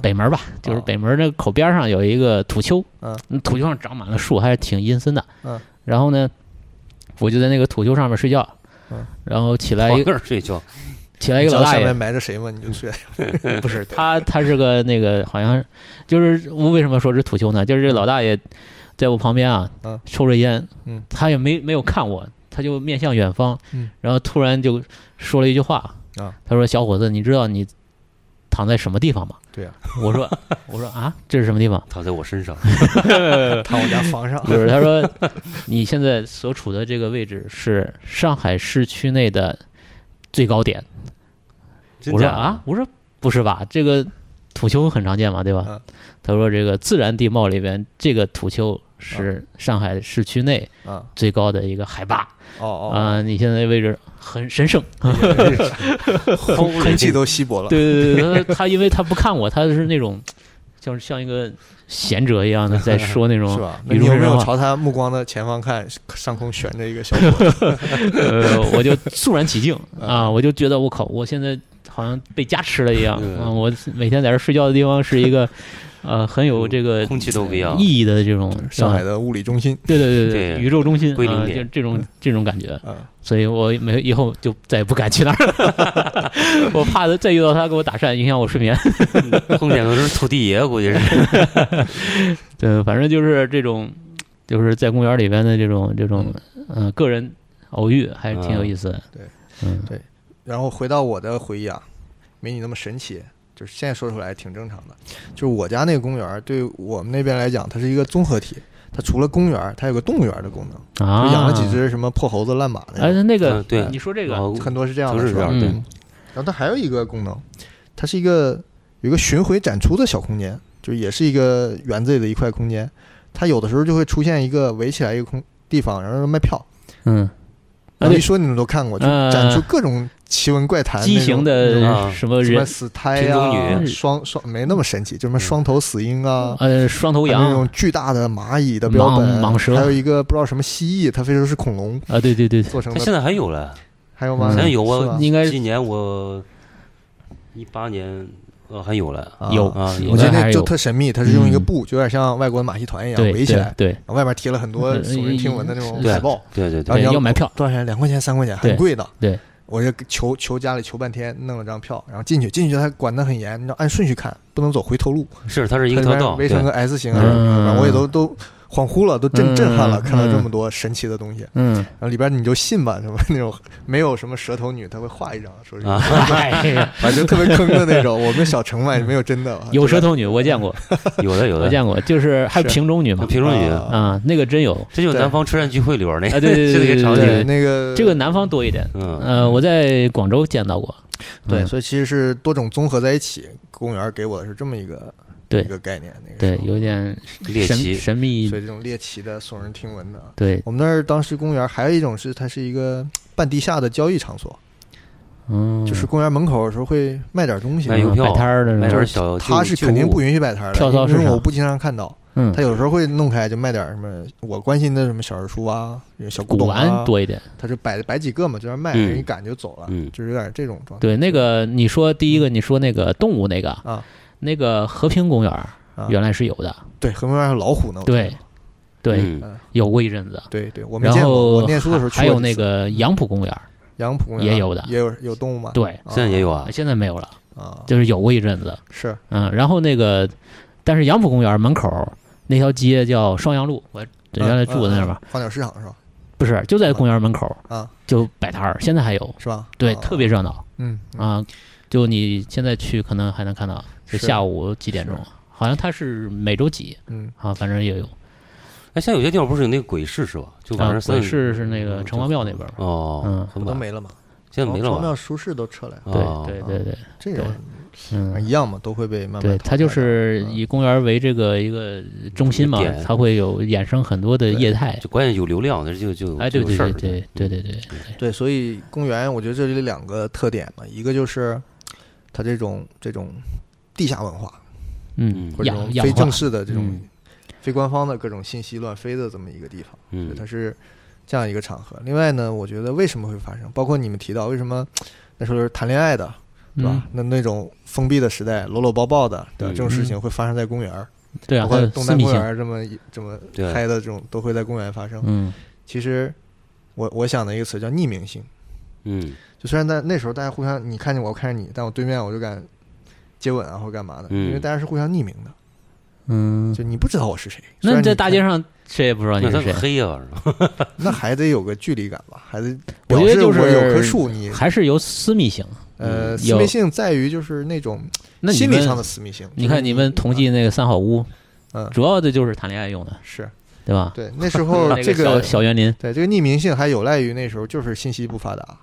S3: 北门吧，就是北门那个口边上有一个土丘，
S5: 嗯，
S3: 土丘上长满了树，还是挺阴森的，
S5: 嗯，
S3: 然后呢，我就在那个土丘上面睡觉
S5: 嗯，
S3: 然后起来
S4: 跑
S3: 一
S4: 那
S3: 个
S4: 儿睡觉。
S3: 起来一个老
S5: 你知道
S3: 大
S5: 上
S3: 爷
S5: 面，埋着谁吗？你就去。
S3: [LAUGHS] 不
S5: [LAUGHS]
S3: 是他，他是个那个，好像就是我为什么说是土丘呢？就是这老大爷在我旁边啊
S5: 嗯，
S3: 抽着烟
S5: 嗯，
S3: 他也没没有看我，他就面向远方
S5: 嗯，
S3: 然后突然就说了一句话
S5: 啊，
S3: 他说：“小伙子，你知道你躺在什么地方吗
S5: 对呀、？”
S3: 我说：“我说
S5: [LAUGHS]
S3: 啊，这是什么地方
S4: 躺在我身上，
S5: 躺我家房上？”。
S3: 就是他说：“你现在所处的这个位置是上海市区内的最高点。”
S4: 真
S3: 我说啊
S4: 假的
S3: 啊，，我说不是吧？这个土丘很常见嘛，对吧？
S5: 嗯
S3: 他说这个自然地貌里边，这个土丘
S5: 嗯
S3: 是上海市区内
S5: 啊，
S3: 最高的一个海拔
S5: 哦
S3: 啊、
S5: 哦，
S3: 你现在位置很神
S5: [LAUGHS]
S3: 圣。 [LAUGHS]
S5: 空空气都稀薄了，
S3: 对对对，他他因为他不看我，他是那种就是像一个贤者一样的在说那种
S5: [LAUGHS] 是吧？那
S3: 语
S5: 你有
S3: 中
S5: 没
S3: 人
S5: 有
S3: 话，
S5: 朝他目光的前方看，上空悬着
S3: [LAUGHS]
S5: 一个小
S3: 嗯
S5: 火？
S3: 呃，我就肃然起敬
S5: 嗯
S3: 啊，我就觉得我靠，我现在好像被加持了一样
S5: 嗯
S4: 对
S3: 啊！我每天在这睡觉的地方是一个呃很有这个
S4: 空气都不一样。
S3: 意义的这种
S5: 上海
S3: 啊
S5: 的物理中心
S3: 对对对
S4: 对
S3: 宇宙中心
S4: 归零
S3: 啊，
S4: 点嗯
S3: 就这种这种感觉，
S5: 啊，
S3: 所以我没以后就再也不敢去那儿
S4: [LAUGHS]
S3: 了，我怕他再遇到他给我打讪，影响我睡眠。
S4: 碰见的是土地爷，估计是。
S3: 对，反正就是这种，就是在公园里边的这种这种，
S5: 嗯
S3: 呃，个人偶遇还是挺有意思的。
S5: 对，
S3: 嗯，
S5: 然后回到我的回忆啊，没你那么神奇，就是现在说出来挺正常的。就是我家那个公园儿，对我们那边来讲，它是一个综合体，它除了公园儿，它有个动物园儿的功能，
S3: 啊，
S5: 就养了几。只什么破猴子、烂马
S3: 哎
S5: 那，种，
S3: 那个
S4: 嗯，对
S3: 你说这
S4: 然
S3: 个
S4: 后
S5: 很多是这样的，
S4: 都是
S5: 吧
S4: 这样
S3: 对
S5: 嗯然后它还有一个功能，它是一个有一个巡回展出的小空间，就也是一个园子里的一块空间。它有的时候就会出现一个围起来一个空地方，然后卖票。
S3: 嗯，啊
S5: 我一
S3: 对，
S5: 说你们都看过，就
S3: 呃
S5: 展出各种奇闻怪谈那种，
S3: 畸形
S5: 那种
S3: 的
S4: 啊
S3: 什么
S5: 什么
S3: 人，
S5: 死胎
S4: 品
S5: 呀、
S4: 种
S3: 女嗯
S5: 双双没那么神奇，就什么双头死鹰啊，
S3: 呃，双头
S5: 还有那
S3: 羊
S5: 种巨大的蚂蚁的标本，
S3: 蟒蟒蛇
S5: 还有一个不知道什么蜥蜴，它非说是恐龙
S3: 啊，对对对，
S5: 做成
S4: 他现
S5: 的，
S4: 在还有了，
S5: 还有吗？
S4: 现在有
S5: 是吧
S4: 我
S3: 应该
S4: 今年我一八年呃还有了，
S5: 啊
S3: 有
S4: 啊
S3: 有
S5: 我觉得
S3: 的还
S5: 那
S3: 是
S5: 就
S3: 有
S5: 特神秘，它是用一个
S3: 嗯
S5: 布，就有点像外国的马戏团一样
S3: 对
S5: 哎围起来，
S3: 对
S5: 然后外面贴了很多
S3: 呃
S5: 耸人听闻的那种
S4: 对
S5: 海报，
S4: 对对
S5: 然后
S4: 对
S5: 你
S3: 对，要买票，
S5: 多少钱？两块钱、三块钱，
S3: 对
S5: 很贵的。
S3: 对，
S5: 我就求求家里求半天，弄了张票，然后进去，进去他管得很严，你要按顺序看，不能走回头路。
S4: 是，它是一
S5: 它
S4: 个
S5: 里
S4: 条
S5: 边
S4: 道，
S5: 围
S4: 对
S5: 成个 S 型啊
S3: 嗯
S5: 什么的，我也都都恍惚了，都震
S3: 嗯
S5: 震撼了，看到这
S3: 嗯
S5: 么多神奇的东西。
S3: 嗯，
S5: 然后里边你就信吧，什么那种没有什么蛇头女，她会画一张，说是
S4: 啊
S3: 哎呀，
S5: 反正特别坑的那种。我们小城嘛也没有真的，啊
S3: 有
S5: 对
S3: 蛇
S5: 吧
S3: 头女我见过，
S4: 有的有
S3: 我
S4: 的，
S3: 见过，就是还有
S5: 嗯是
S3: 瓶中女嘛，
S4: 评论语，
S5: 啊
S3: 啊，那个真有，
S4: 这就是
S5: 对
S4: 南方车站聚会里边那
S3: 啊，对对
S4: [LAUGHS] 这
S3: 对
S4: 个
S3: 对
S4: 也常
S3: 对
S4: 见
S3: 对
S5: 对，，那个
S3: 这个南方多一点，
S4: 嗯，
S3: 呃，我在广州见到过，
S5: 对，
S3: 嗯
S5: 所以其实是多种综合在一起。公园给我的是这么一个
S3: 对
S5: 一个概念，那个
S3: 对
S5: 时，候
S3: 有点
S4: 猎
S3: 神
S4: 奇
S3: 神秘
S5: 所，以这种猎奇的、耸人听闻的啊。
S3: 对，
S5: 我们那儿当时公园还有一种是，它是一个半地下的交易场所，
S3: 嗯，哎
S5: 就是公园门口有时候会卖点东西
S4: 卖，邮票
S3: 摆摊儿的
S4: 买
S3: 那
S4: 点
S3: 种，
S4: 小，
S5: 他是肯定不允许摆摊儿的，
S3: 跳蚤市
S5: 因
S3: 场
S5: 为我不经常看到。
S3: 嗯
S5: 他，有时候会弄开，就卖点什么我关心的什么小人书啊、小古
S3: 古
S5: 董啊
S3: 玩，多一点。
S5: 他就摆摆几个嘛，就在那卖，
S4: 嗯
S5: 人一赶就走了，
S4: 嗯
S5: 就是有点这种状态。
S3: 对，那个你说第一个，你说那个动物那个
S5: 啊，
S3: 那个和平公园儿
S5: 啊
S3: 原来是有的，
S5: 对，河边还有老虎呢。我
S3: 对
S5: 记得
S3: 对，
S4: 嗯
S3: 有过一阵子。
S5: 对对，我没
S3: 然
S5: 见过，
S3: 后
S5: 我念书的时候去
S3: 还还
S5: 过
S3: 有
S5: 几
S3: 那
S5: 次啊
S3: 个杨浦公园儿，
S5: 杨浦公园
S3: 也有的
S5: 也有有动物吗？
S3: 对，
S5: 啊，
S4: 现在也有啊，
S3: 现在没有了，
S5: 啊，
S3: 就是有过一阵子。
S5: 是
S3: 嗯，然后那个，但是杨浦公园门口儿那条街叫双阳路，我原来住的那边儿，
S5: 嗯嗯嗯花鸟市场是吧？
S3: 不是就在公园门口儿
S5: 啊，
S3: 就摆摊儿，现在还有，
S5: 是吧？
S3: 对，
S5: 啊
S3: 特别热闹。
S5: 嗯嗯
S3: 啊，就你现在去可能还能看到，就是下午几点钟，好像它是每周几
S5: 嗯，
S3: 啊，反正也有。
S4: 哎，现在有些地方不是有那个鬼市是吧？就晚
S3: 啊
S4: 上，三
S3: 鬼市是那个城隍庙那边儿嘛。嗯
S4: 哦，很
S5: 都
S4: 晚，
S5: 没了嘛，
S4: 现在没了
S5: 王庙
S4: 吧？
S5: 书市都撤了呀，
S4: 哦
S3: 对对对对，
S5: 这
S3: 对
S5: 个
S3: 嗯，
S5: 一样嘛，都会被慢慢
S3: 对，
S5: 淘汰
S3: 它就是
S5: 嗯
S3: 以公园为这个一个中心嘛
S4: 一个，点
S3: 它会有衍生很多的
S5: 对
S3: 业态。
S4: 就关键有流量，那就就
S3: 哎，对对对对对
S4: 对，
S3: 对嗯对，
S5: 对，所以公园我觉得这里两个特点嘛，一个就是它这种这种地下文化，
S3: 嗯，
S5: 或者
S3: 氧
S5: 这种
S3: 氧
S5: 非
S3: 化
S5: 正，式的这种
S3: 嗯
S5: 非官方的各种信息乱飞的这么一个地方，所
S4: 嗯
S5: 以它是这样一个场合。另外呢，我觉得为什么会发生，包括你们提到为什么那时候是谈恋爱的，
S3: 嗯
S5: 对吧？那那种封闭的时代，搂搂抱抱的，对吧？
S4: 嗯
S5: 这种事情会发生在公园儿，
S3: 嗯对啊，
S5: 包
S3: 它
S5: 括
S3: 有
S5: 东
S3: 私
S5: 单
S3: 密
S5: 公
S3: 性啊
S5: 园，儿这么一这么
S4: 对
S5: 开的这种都会在公园发生。
S3: 嗯
S5: 其实我我想的一个词叫匿名性。
S4: 嗯
S5: 就虽然在那时候大家互相你看见我，我看见你，但我对面我就敢接吻啊，或者干嘛的，
S4: 嗯
S5: 因为大家是互相匿名的，
S3: 嗯，
S5: 就你不知道我是谁。
S3: 那
S5: 虽然
S3: 你
S5: 你
S3: 在大街
S5: 看，
S3: 上谁也不知道你
S4: 那
S3: 是
S4: 它
S3: 谁，
S4: 黑啊呀，晚上
S5: 那还得有个距离感吧，还得
S3: 我
S5: 表
S3: 觉得
S5: 示
S3: 就
S5: 我
S3: 是
S5: 有棵树，你
S3: 还是有私密性。
S5: 呃，
S4: 嗯
S5: 私
S3: 有
S5: 密性在于就是那种
S3: 那你
S5: 心理
S3: 们
S5: 上的私密性。
S3: 你看你们同济那个三好屋，
S5: 嗯
S3: 主要的就是谈恋爱用的，
S5: 是
S3: 对吧？
S5: 对那时候
S3: [LAUGHS] 那
S5: 这
S3: 个小
S5: 个
S3: 小园林，
S5: 对这个匿名性还有赖于那时候就是信息不发达，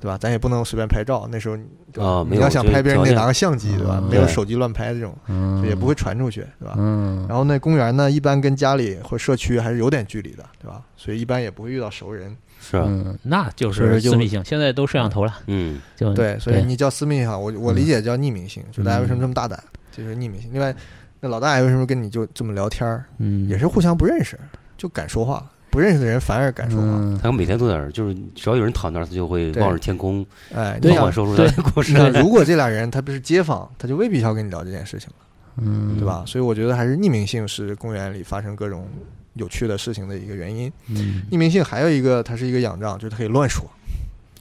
S5: 对吧？咱也不能随便拍照，那时候你对吧
S4: 啊没
S5: 你
S4: 有
S5: 要想
S4: 这
S5: 拍别人
S4: 条
S5: 得
S4: 件
S5: 拿个相机，对吧？
S3: 嗯
S5: 没有
S4: 对
S5: 手机乱拍这种，
S3: 嗯，
S5: 就也不会传出去，对吧？
S3: 嗯，
S5: 然后那公园呢，一般跟家里或社区还是有点距离的，对吧？所以一般也不会遇到熟人。
S4: 是啊，
S3: 嗯，那就是是
S5: 就
S3: 私密性，现在都摄像头了，
S4: 嗯，
S3: 就
S5: 对，所以你叫私密哈，我我理解叫匿名性，就大家为什么这么大胆，就是匿名性。另外，那老大爷为什么跟你就这么聊天儿，
S3: 嗯
S5: 也是互相不认识，就敢说话，不认识的人反而敢说话。
S3: 嗯
S4: 他每天都在那儿，就是只要有人躺那儿，他就会
S5: 对
S4: 望着天空，
S5: 哎，
S3: 对啊
S5: 你
S4: 缓
S3: 呀
S5: 想，
S4: 缓说出他的故事。
S5: 那如果这俩人他不是街坊，他就未必要跟你聊这件事情了，
S3: 嗯，
S5: 对？吧？所以我觉得还是匿名性是公园里发生各种有趣的事情的一个原因。
S3: 嗯，
S5: 匿名性还有一个，它是一个仰仗，就是它可以乱说，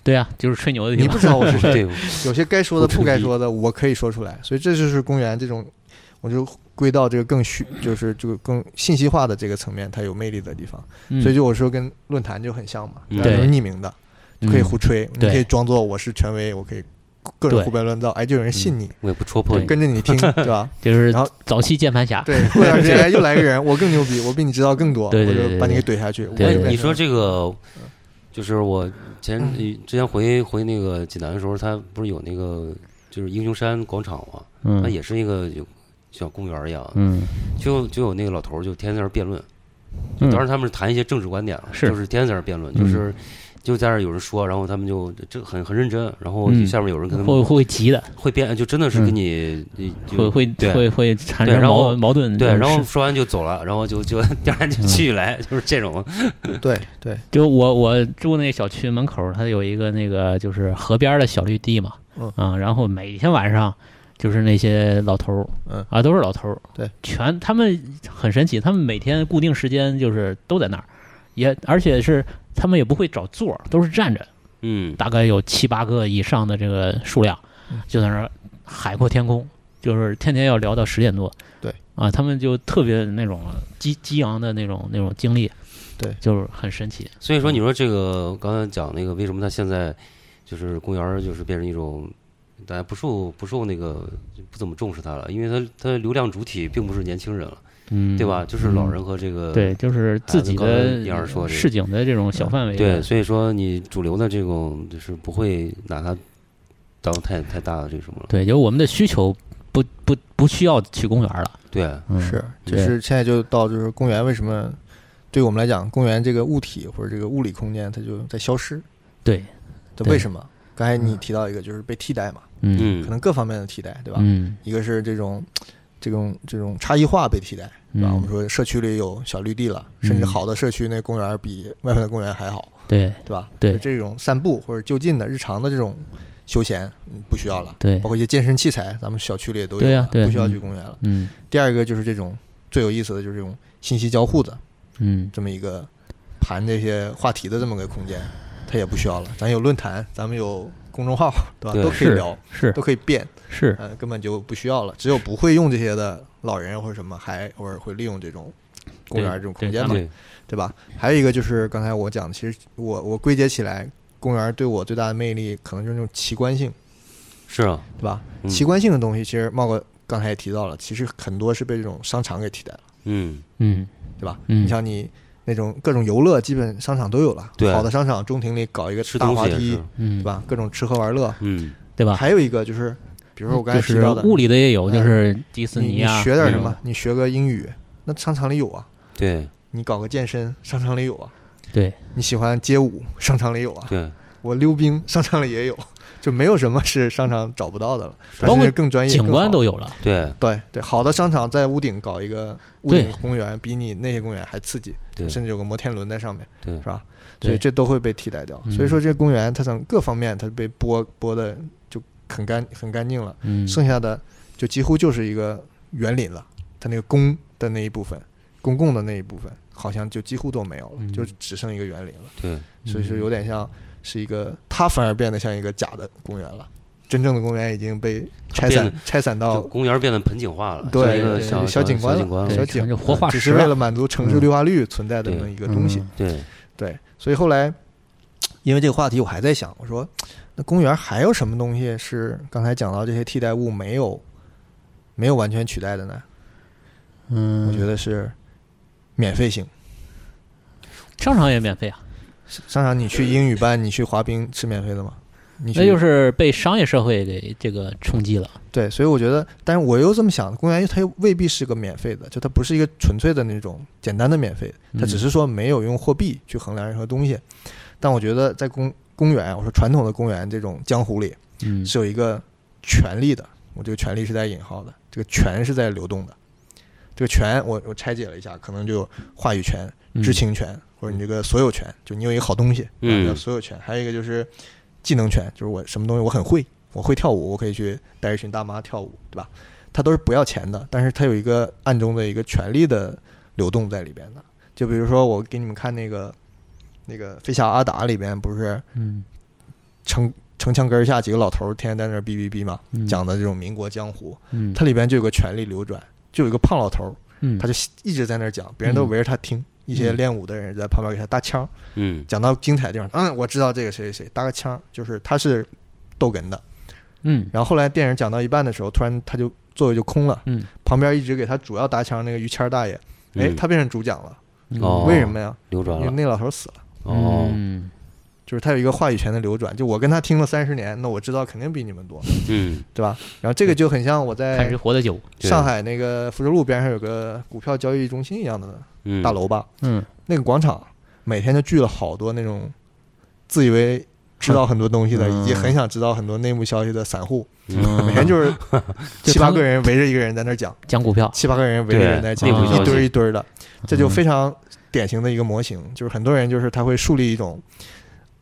S3: 对啊，就是吹牛的地
S5: 你
S3: 方
S5: 不，知道我是谁，
S4: 对，
S5: 有些该说的、
S4: 不
S5: 不该
S4: 注意
S5: 说的，我可以说出来，所以这就是公园这种，我就归到这个更虚，就是这个更信息化的这个层面，它有魅力的地方。
S3: 嗯
S5: 所以就我说跟论坛就很像嘛，
S4: 嗯
S5: 大家都是匿名的，就可以胡吹，
S3: 嗯
S5: 你
S3: 对
S5: 可以装作我是权威，我可以各种
S3: 对嗯
S5: 胡编乱造，哎，就有人信你，
S4: 我也不戳破你
S3: 对。
S5: 跟着
S3: [LAUGHS]
S5: 你听，对吧？
S3: 就是
S5: 然后
S3: 早期键盘侠，
S5: 对，过段时 [LAUGHS] 间哎又来个人，我更牛逼，我比你知道更多，
S3: 对对对
S5: 我
S3: 对
S5: 就把你给怼下去。
S3: 对
S5: 我也
S4: 哎
S5: 变，成
S4: 你说这个，就是我前
S5: 嗯
S4: 之前回回那个济南的时候，他不是有那个就是英雄山广场嘛，
S5: 哎
S4: 它
S3: 嗯
S4: 也是一个有小公园一样，
S3: 嗯，
S4: 就就有那个老头儿就天天在那儿辩论，
S3: 嗯
S4: 当时他们是谈一些政治观点了，
S3: 是
S4: 就是天天在那儿辩论，
S3: 嗯
S4: 就是就在那儿有人说，然后他们就这很很认真，然后
S3: 嗯
S4: 下面有人跟他
S3: 会
S4: 们
S3: 会急的，
S4: 会辩，就真的是跟你你
S3: 会
S4: 就
S3: 会
S4: 对
S3: 会会产
S4: 对
S3: 生
S4: 然后
S3: 矛矛盾，
S4: 对，然后
S3: 是嗯
S4: 说完就走了，然后就 [LAUGHS] 就第二天就继续来，就是这种，
S5: 对对，
S3: 就我我住那个小区门口，它有一个那个就是河边的小绿地嘛，
S5: 嗯
S3: 啊，然后每天晚上就是那些老头儿，
S5: 嗯
S3: 啊，都是老头儿，
S5: 对，
S3: 全他们很神奇，他们每天固定时间就是都在那儿，也而且是他们也不会找座儿，都是站着，
S4: 嗯，
S3: 大概有七八个以上的这个数量
S5: 嗯，
S3: 就在那儿海阔天空，就是天天要聊到十点多。
S5: 对
S3: 啊，他们就特别那种激激昂的那种那种经历，
S5: 对
S3: 就是很神奇。
S4: 所以说你说这个刚才讲那个为什么他现在就是公园儿就是变成一种。大家不受不受那个不怎么重视它了，因为它它流量主体并不是年轻人了，
S3: 嗯，
S4: 对吧？就是老人和这个、
S3: 对，就是自己
S4: 孩子刚
S3: 的
S4: 才燕儿说这个
S3: 市井的这种小范围的，
S4: 对，所以说你主流的这种就是不会拿它当太太大的这什么了。
S3: 对，就我们的需求不不不需要去公园了。
S4: 对，啊
S3: 嗯、
S5: 是，就
S3: 对
S5: 是现在就到就是公园为什么对我们来讲，公园这个物体或者这个物理空间它就在消失，
S3: 对，
S5: 它
S3: 对
S5: 为什么？刚才你提到一个就是被替代嘛，
S3: 嗯
S4: 嗯
S5: 可能各方面的替代，对吧？
S3: 嗯
S5: 一个是这种这种这种差异化被替代，对吧？我们
S3: 嗯，
S5: 说社区里有小绿地了，甚至
S3: 嗯
S5: 好的社区那公园比外面的公园还好，
S3: 对
S5: 对吧？
S3: 对
S5: 就这种散步或者就近的日常的这种休闲嗯不需要了，
S3: 对
S5: 包，括一些健身器材，咱们小区里也都有
S3: 对呀
S5: 了，
S3: 对
S5: 不需要
S3: 嗯
S5: 去公园了。
S3: 嗯
S5: 第二个就是这种最有意思的就是这种信息交互的
S3: 嗯，
S5: 这么一个盘这些话题的这么个空间，它也不需要了。咱有论坛，咱们有公众号，对吧？
S4: 对
S5: 都可以
S3: 是
S5: 聊，
S3: 是
S5: 都可以变，
S3: 是，
S5: 呃，根本就不需要了。只有不会用这些的老人或者什么，还偶尔会利用这种公园
S3: 对
S5: 这种空
S3: 对
S5: 间
S3: 他
S5: 嘛，
S3: 们
S4: 对，
S5: 对吧？还有一个就是刚才我讲的，其实我我归结起来，公园对我最大的魅力可能就是那种奇观性，
S4: 是啊，
S5: 对吧？
S4: 嗯
S5: 奇观性的东西，其实茂哥刚才也提到了，其实很多是被这种商场给替代了。
S4: 嗯，
S3: 嗯
S5: 对吧？
S3: 嗯
S5: 你像你那种各种游乐，基本商场都有了。
S4: 对
S5: 好的商场中庭里搞一个
S4: 吃
S5: 大
S4: 东
S5: 滑
S4: 西也
S5: 梯
S4: 是，，
S3: 嗯，
S5: 对？吧？各种吃喝玩乐。
S4: 嗯，
S3: 对吧？
S5: 还有一个就是，比如说我刚才
S3: 啊就
S5: 提
S3: 是
S5: 到的，
S3: 物理的也有，
S5: 哎
S3: 就是迪士
S5: 你
S3: 尼
S5: 你
S3: 啊，
S5: 学点
S3: 那
S5: 什
S3: 种
S5: 么？？你学个英语，那商场里有啊。
S4: 对
S5: 你搞个健身，商场里有啊。
S3: 对，
S5: 你喜欢街舞，商场里有啊。
S4: 对，
S5: 我溜冰，商场里也有，就没有什么是商场找不到的了。
S3: 包
S5: 但
S3: 括
S5: 是更专业，
S3: 景观
S5: 更好
S3: 都有了，
S4: 对
S5: 对对，好的商场在屋顶搞一个屋顶
S3: 对
S5: 公园，比你那些公园还刺激，
S4: 对
S5: 甚至有个摩天轮在上面，
S4: 对
S5: 是吧？
S3: 对嗯
S5: 所以这都会被替代掉。所以说，这公园它从各方面它被剥剥的就很干很干净了，
S3: 嗯，
S5: 剩下的就几乎就是一个园林了。它那个公的那一部分，公共的那一部分，好像就几乎都没有了，
S3: 嗯
S5: 就只剩一个园林了。
S4: 对，
S5: 所以说，有点像是一个，它反而变得像一个假的公园了。真正的公园已经被拆
S4: 变
S5: 散
S4: 得
S5: 拆散到
S4: 就公园变得盆景化了，
S5: 哦对
S4: 像一
S3: 对
S4: 个
S3: 对
S4: 小
S5: 对小景观了
S4: 小景观
S3: 嗯对
S4: 了，
S5: 小
S3: 成
S5: 景嗯
S3: 就活化
S4: 啊
S5: 只
S3: 石啊
S5: 是为
S3: 了
S5: 了满足城市绿
S4: 嗯
S5: 化率存在的那么一个东
S3: 嗯
S5: 西。
S4: 对，
S5: 对，所以后来因为这个话题，我还在想，我说那公园还有什么东西是刚才讲到这些替代物没有没有完全取代的呢？
S3: 嗯，
S5: 我觉得是免费性。
S3: 商场也免费啊，
S5: 商场你去英语班，你去滑冰是免费的吗？你
S3: 那
S5: 去
S3: 就是被商业社会给这个冲击了。
S5: 对，所以我觉得，但是我又这么想，公园它又未必是个免费的，就它不是一个纯粹的那种简单的免费，
S3: 嗯
S5: 它只是说没有用货币去衡量任何东西。但我觉得在公公园，我说传统的公园这种江湖里
S3: 嗯，
S5: 是有一个权利的，我这个权利是带引号的，这个权是在流动的。这个权我我拆解了一下，可能就有话语权、
S3: 嗯
S5: 知情权，或者你这个所有权，就你有一个好东西，
S4: 嗯
S5: 啊叫所有权。还有一个就是技能权，就是我什么东西我很会，我会跳舞，我可以去带一群大妈跳舞，对吧？它都是不要钱的，但是它有一个暗中的一个权力的流动在里边的。就比如说我给你们看那个那个《飞侠阿达》里边，不是
S3: 嗯
S5: 城城墙根儿下几个老头儿天天在那儿哔哔哔嘛，
S3: 嗯
S5: 讲的这种民国江湖，
S3: 嗯
S5: 它里边就有个权力流转，就有一个胖老头儿，
S3: 嗯
S5: 他就一直在那儿讲，别人都围着他听。一些练武的人在旁边给他搭腔，
S4: 嗯
S5: 讲到精彩的地方，嗯，我知道这个谁谁谁搭个腔，就是他是逗哏的。
S3: 嗯
S5: 然后后来电影讲到一半的时候，突然他就座位就空了，
S3: 嗯
S5: 旁边一直给他主要搭腔那个于谦儿大爷，哎，
S4: 嗯
S5: 他变成主讲了，
S3: 嗯
S4: 哦
S5: 为什么呀？
S4: 流转
S5: 因为
S4: 了
S5: 那老头死了，
S4: 哦，
S3: 嗯
S5: 就是他有一个话语权的流转，就我跟他听了三十年，那我知道肯定比你们多，
S4: 嗯
S5: 对吧？然后这个就很像我
S3: 看
S5: 在
S3: 谁活得久。
S4: 对
S5: 上海那个福州路边上有个股票交易中心一样的
S4: 嗯，
S5: 大楼吧，
S3: 嗯
S5: 那个广场每天就聚了好多那种自以为知道很多东西的，
S3: 嗯
S5: 以及很想知道很多内幕消息的散户，[LAUGHS]
S4: 嗯
S5: 每天就是
S3: [LAUGHS] 就
S5: 七
S3: 他
S5: 八
S3: 们
S5: 个人围着一个人在那儿讲，
S3: 讲股票，
S5: 七八个人围着一个人在讲，
S3: 内部消息嗯
S5: 一堆儿一堆儿的，这就非常典型的一个模型，就是很多人就是他会树立一种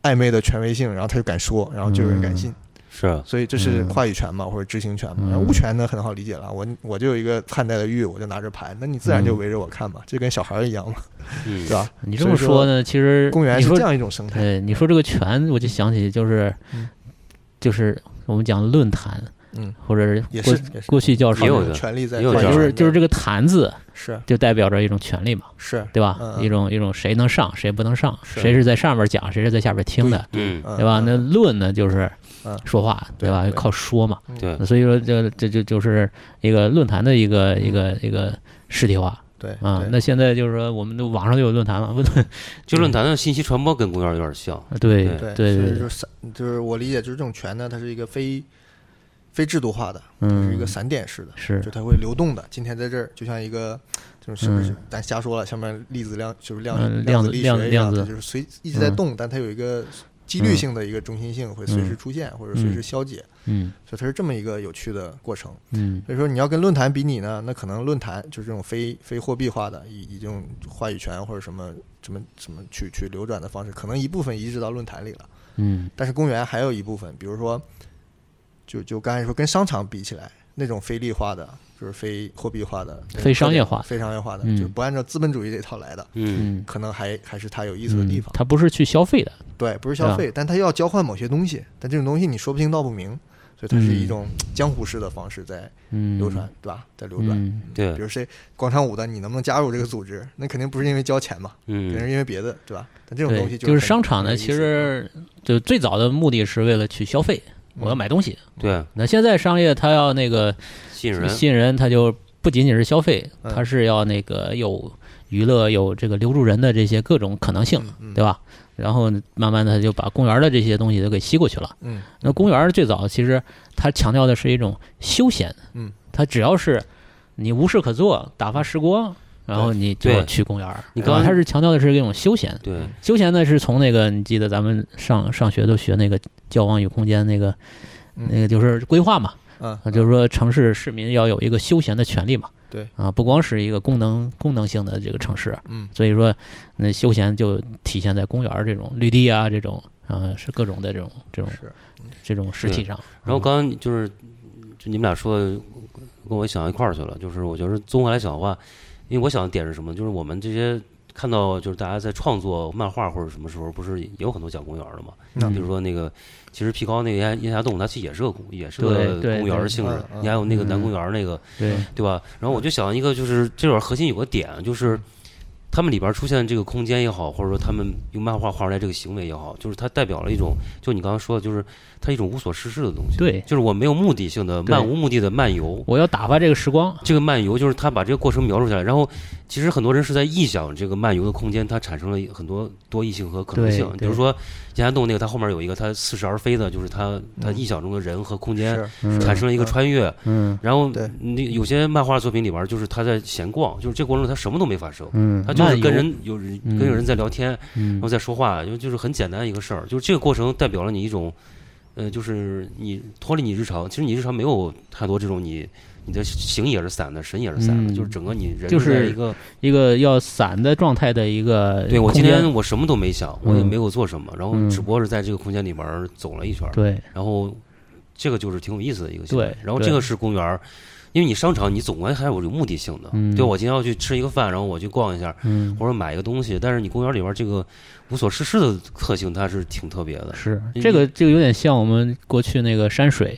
S5: 暧昧的权威性，然后他就敢说，然后就有人敢信，
S4: 是
S5: 所以这是话语权嘛，或者知情权嘛。
S3: 嗯
S5: 然后物权呢很好理解了，我我就有一个汉代的玉，我就拿着盘，那你自
S3: 嗯
S5: 然就围着我看嘛，这跟小孩儿一样嘛，
S4: 嗯
S5: 对吧？
S3: 你这么
S5: 所以说
S3: 说呢，其实
S5: 公园
S3: 你
S5: 是
S3: 说哎
S5: 这样一种生态，
S3: 对，你说这个权，我就想起就是
S5: 嗯，
S3: 就是我们讲论坛，
S5: 嗯，
S3: 或者是
S5: 也
S3: 过
S5: 是也是
S3: 过去叫什
S4: 也有
S3: 么，
S4: 的
S5: 权利在
S4: 也有
S5: 转
S4: 这
S5: 移
S4: 样
S3: 就是就是这
S5: 个
S3: 个坛字
S5: 是
S3: 就代表着一种权利嘛，
S5: 是
S3: 对吧？
S5: 嗯嗯
S3: 一种一种谁能上，谁不能上，
S5: 是
S3: 谁是在上面讲，谁是在下边听的，
S4: 嗯
S5: 嗯
S3: 对吧？
S5: 嗯
S3: 那论呢就是
S5: 嗯
S3: 说话，对
S5: 对
S3: 吧？
S5: 对嗯
S3: 靠说嘛。
S4: 对
S3: 所以说这这就就是一个论坛的一个一个一个实体化
S5: 嗯对
S3: 啊
S5: 对。
S3: 那现在就是说，我们的网上都有论坛了，问
S5: [LAUGHS]
S3: 论
S4: 就论坛的信息传播跟公园有点像，
S3: 对
S5: 对
S3: 对对，
S5: 就是
S3: 对
S5: 说散，就是我理解，就是这种权呢，它是一个非非制度化的，它是一
S3: 嗯
S5: 个，散点式的，
S3: 是
S5: 就它会流动的。今天在这儿，就像一个就是是不是
S3: 嗯
S5: 咱瞎说了，上面粒子量就是
S3: 嗯
S5: 量量
S3: 量子
S5: 力学一样
S3: 量
S5: 的，
S3: 子
S5: 就是随一直在
S3: 嗯
S5: 动，但它有一个几率性的一个中心性会随时
S3: 嗯
S5: 出现或者随时消解，
S3: 嗯
S5: 所以它是这么一个有趣的过程。
S3: 嗯
S5: 所以说你要跟论坛比拟呢，那可能论坛就是这种非非货币化的，以以这种话语权或者什么什么什么去去流转的方式，可能一部分移植到论坛里了。
S3: 嗯
S5: 但是公园还有一部分，比如说，就就刚才说跟商场比起来，那种非利化的，就是非货币化的、
S3: 非商业化的
S5: 非商业化的，
S3: 嗯
S5: 就是不按照资本主义这套来的，
S4: 嗯
S3: 嗯，
S5: 可能还还是它有意思的地
S3: 嗯啊
S5: 方。
S3: 它不是去消费的，
S5: 对，不是消费，但它又要交换某些东西，但这种东西你说不清道不明，所以它是一种江湖式的方式在
S3: 嗯，
S5: 流传，对吧？在流转。
S3: 嗯
S4: 对
S5: 比，如谁广场舞的，你能不能加入这个组织？那肯定不是因为交钱嘛，肯定
S4: 嗯
S5: 是因为别的，对吧？但这种东西
S3: 对，就是
S5: 很
S3: 商场
S5: 很
S3: 呢，
S5: 有意思
S3: 其实就最早的目的是为了去消费，
S5: 嗯
S3: 我要买东西。
S4: 对，
S3: 那现在商业它要那个
S4: 吸引人，
S3: 吸引人，它就不仅仅是消费，
S5: 嗯
S3: 它是要那个有娱乐，有这个留住人的这些各种可能性，
S5: 嗯
S3: 对吧？然后慢慢的就把公园的这些东西都给吸过去了。
S5: 嗯
S3: 那公园最早其实它强调的是一种休闲，
S5: 嗯，
S3: 它只要是你无事可做，打发时光。然后你就
S4: 对
S3: 去公园儿，
S4: 你刚刚
S3: 它是强调的是一种休闲，
S4: 对，
S3: 休闲呢是从那个你记得咱们上上学都学那个交往与空间那个
S5: 嗯
S3: 那个就是规划嘛，
S5: 嗯
S3: 啊，就是说城市市民要有一个休闲的权利嘛。
S5: 对
S3: 啊，不光是一个功能功能性的这个城市，
S5: 嗯
S3: 所以说那休闲就体现在公园儿这种绿地啊，这种啊是各种的这种这种
S5: 是
S3: 这种实体上。
S4: 然后刚刚就是就你们俩说的跟我想一块儿去了，就是我觉得综合来讲的话，因为我想的点是什么，就是我们这些看到就是大家在创作漫画或者什么时候，不是也有很多讲公园的嘛？
S5: 嗯
S4: 比如说那个，其实皮高那个烟烟霞洞，它其实也是个公也是
S3: 对
S4: 个
S3: 对
S4: 公园儿
S3: 对
S4: 性质
S5: 嗯，嗯
S4: 你还有那个南
S3: 嗯
S4: 公园儿那个。
S3: 对，
S4: 对吧？然后我就想一个，就是这段核心有个点，就是他们里边出现这个空间也好，或者说他们用漫画画出来这个行为也好，就是它代表了一种，就你刚刚说的，就是它一种无所事事的东西。
S3: 对
S4: 就是我没有目的性的、
S3: 对
S4: 漫无目的的漫游。
S3: 我要打发这个时光。
S4: 这个漫游就是他把这个过程描述下来，然后其实很多人是在臆想这个漫游的空间，它产生了很多多异性和可能
S3: 对
S4: 性。比如
S3: 对
S4: 说岩崖洞那个，它后面有一个它似是而非的，就是它它
S5: 嗯
S4: 臆想中的人和空间
S5: 是
S3: 嗯
S4: 产生了一个
S5: 嗯
S4: 穿越。
S3: 嗯
S4: 然后
S5: 对
S4: 那有些漫画作品里边儿，就是他在闲逛，就是这过程中他什么都没发生，
S3: 嗯，
S4: 他就是
S3: 漫游
S4: 跟人有人
S3: 嗯
S4: 跟有人在聊天，然
S3: 嗯
S4: 后在说话，就就是很简单一个事儿。就是这个过程代表了你一种，呃，就是你脱离你日常，其实你日常没有太多这种你你的形也是散的，神也是散的，
S3: 嗯
S4: 就是整个你人
S3: 就是
S4: 在一个
S3: 一个要散的状态的一个
S4: 对我
S3: 空
S4: 今
S3: 间
S4: 天我什么都没想，我也
S3: 嗯
S4: 没有做什么，然后
S3: 嗯
S4: 只不过是在这个空间里边儿走了一圈儿，
S3: 对
S4: 然后这个就是挺有意思的一个行为
S3: 对
S4: 然后
S3: 对
S4: 这个是公园儿，因为你商场你总归还有有目的性的，
S3: 嗯
S4: 对我今天要去吃一个饭，然后我去逛一下，
S3: 嗯
S4: 或者买一个东西，但是你公园里边这个无所事事的特性，它是挺特别的。
S3: 是
S4: 你
S3: 这个这个有点像我们过去那个山水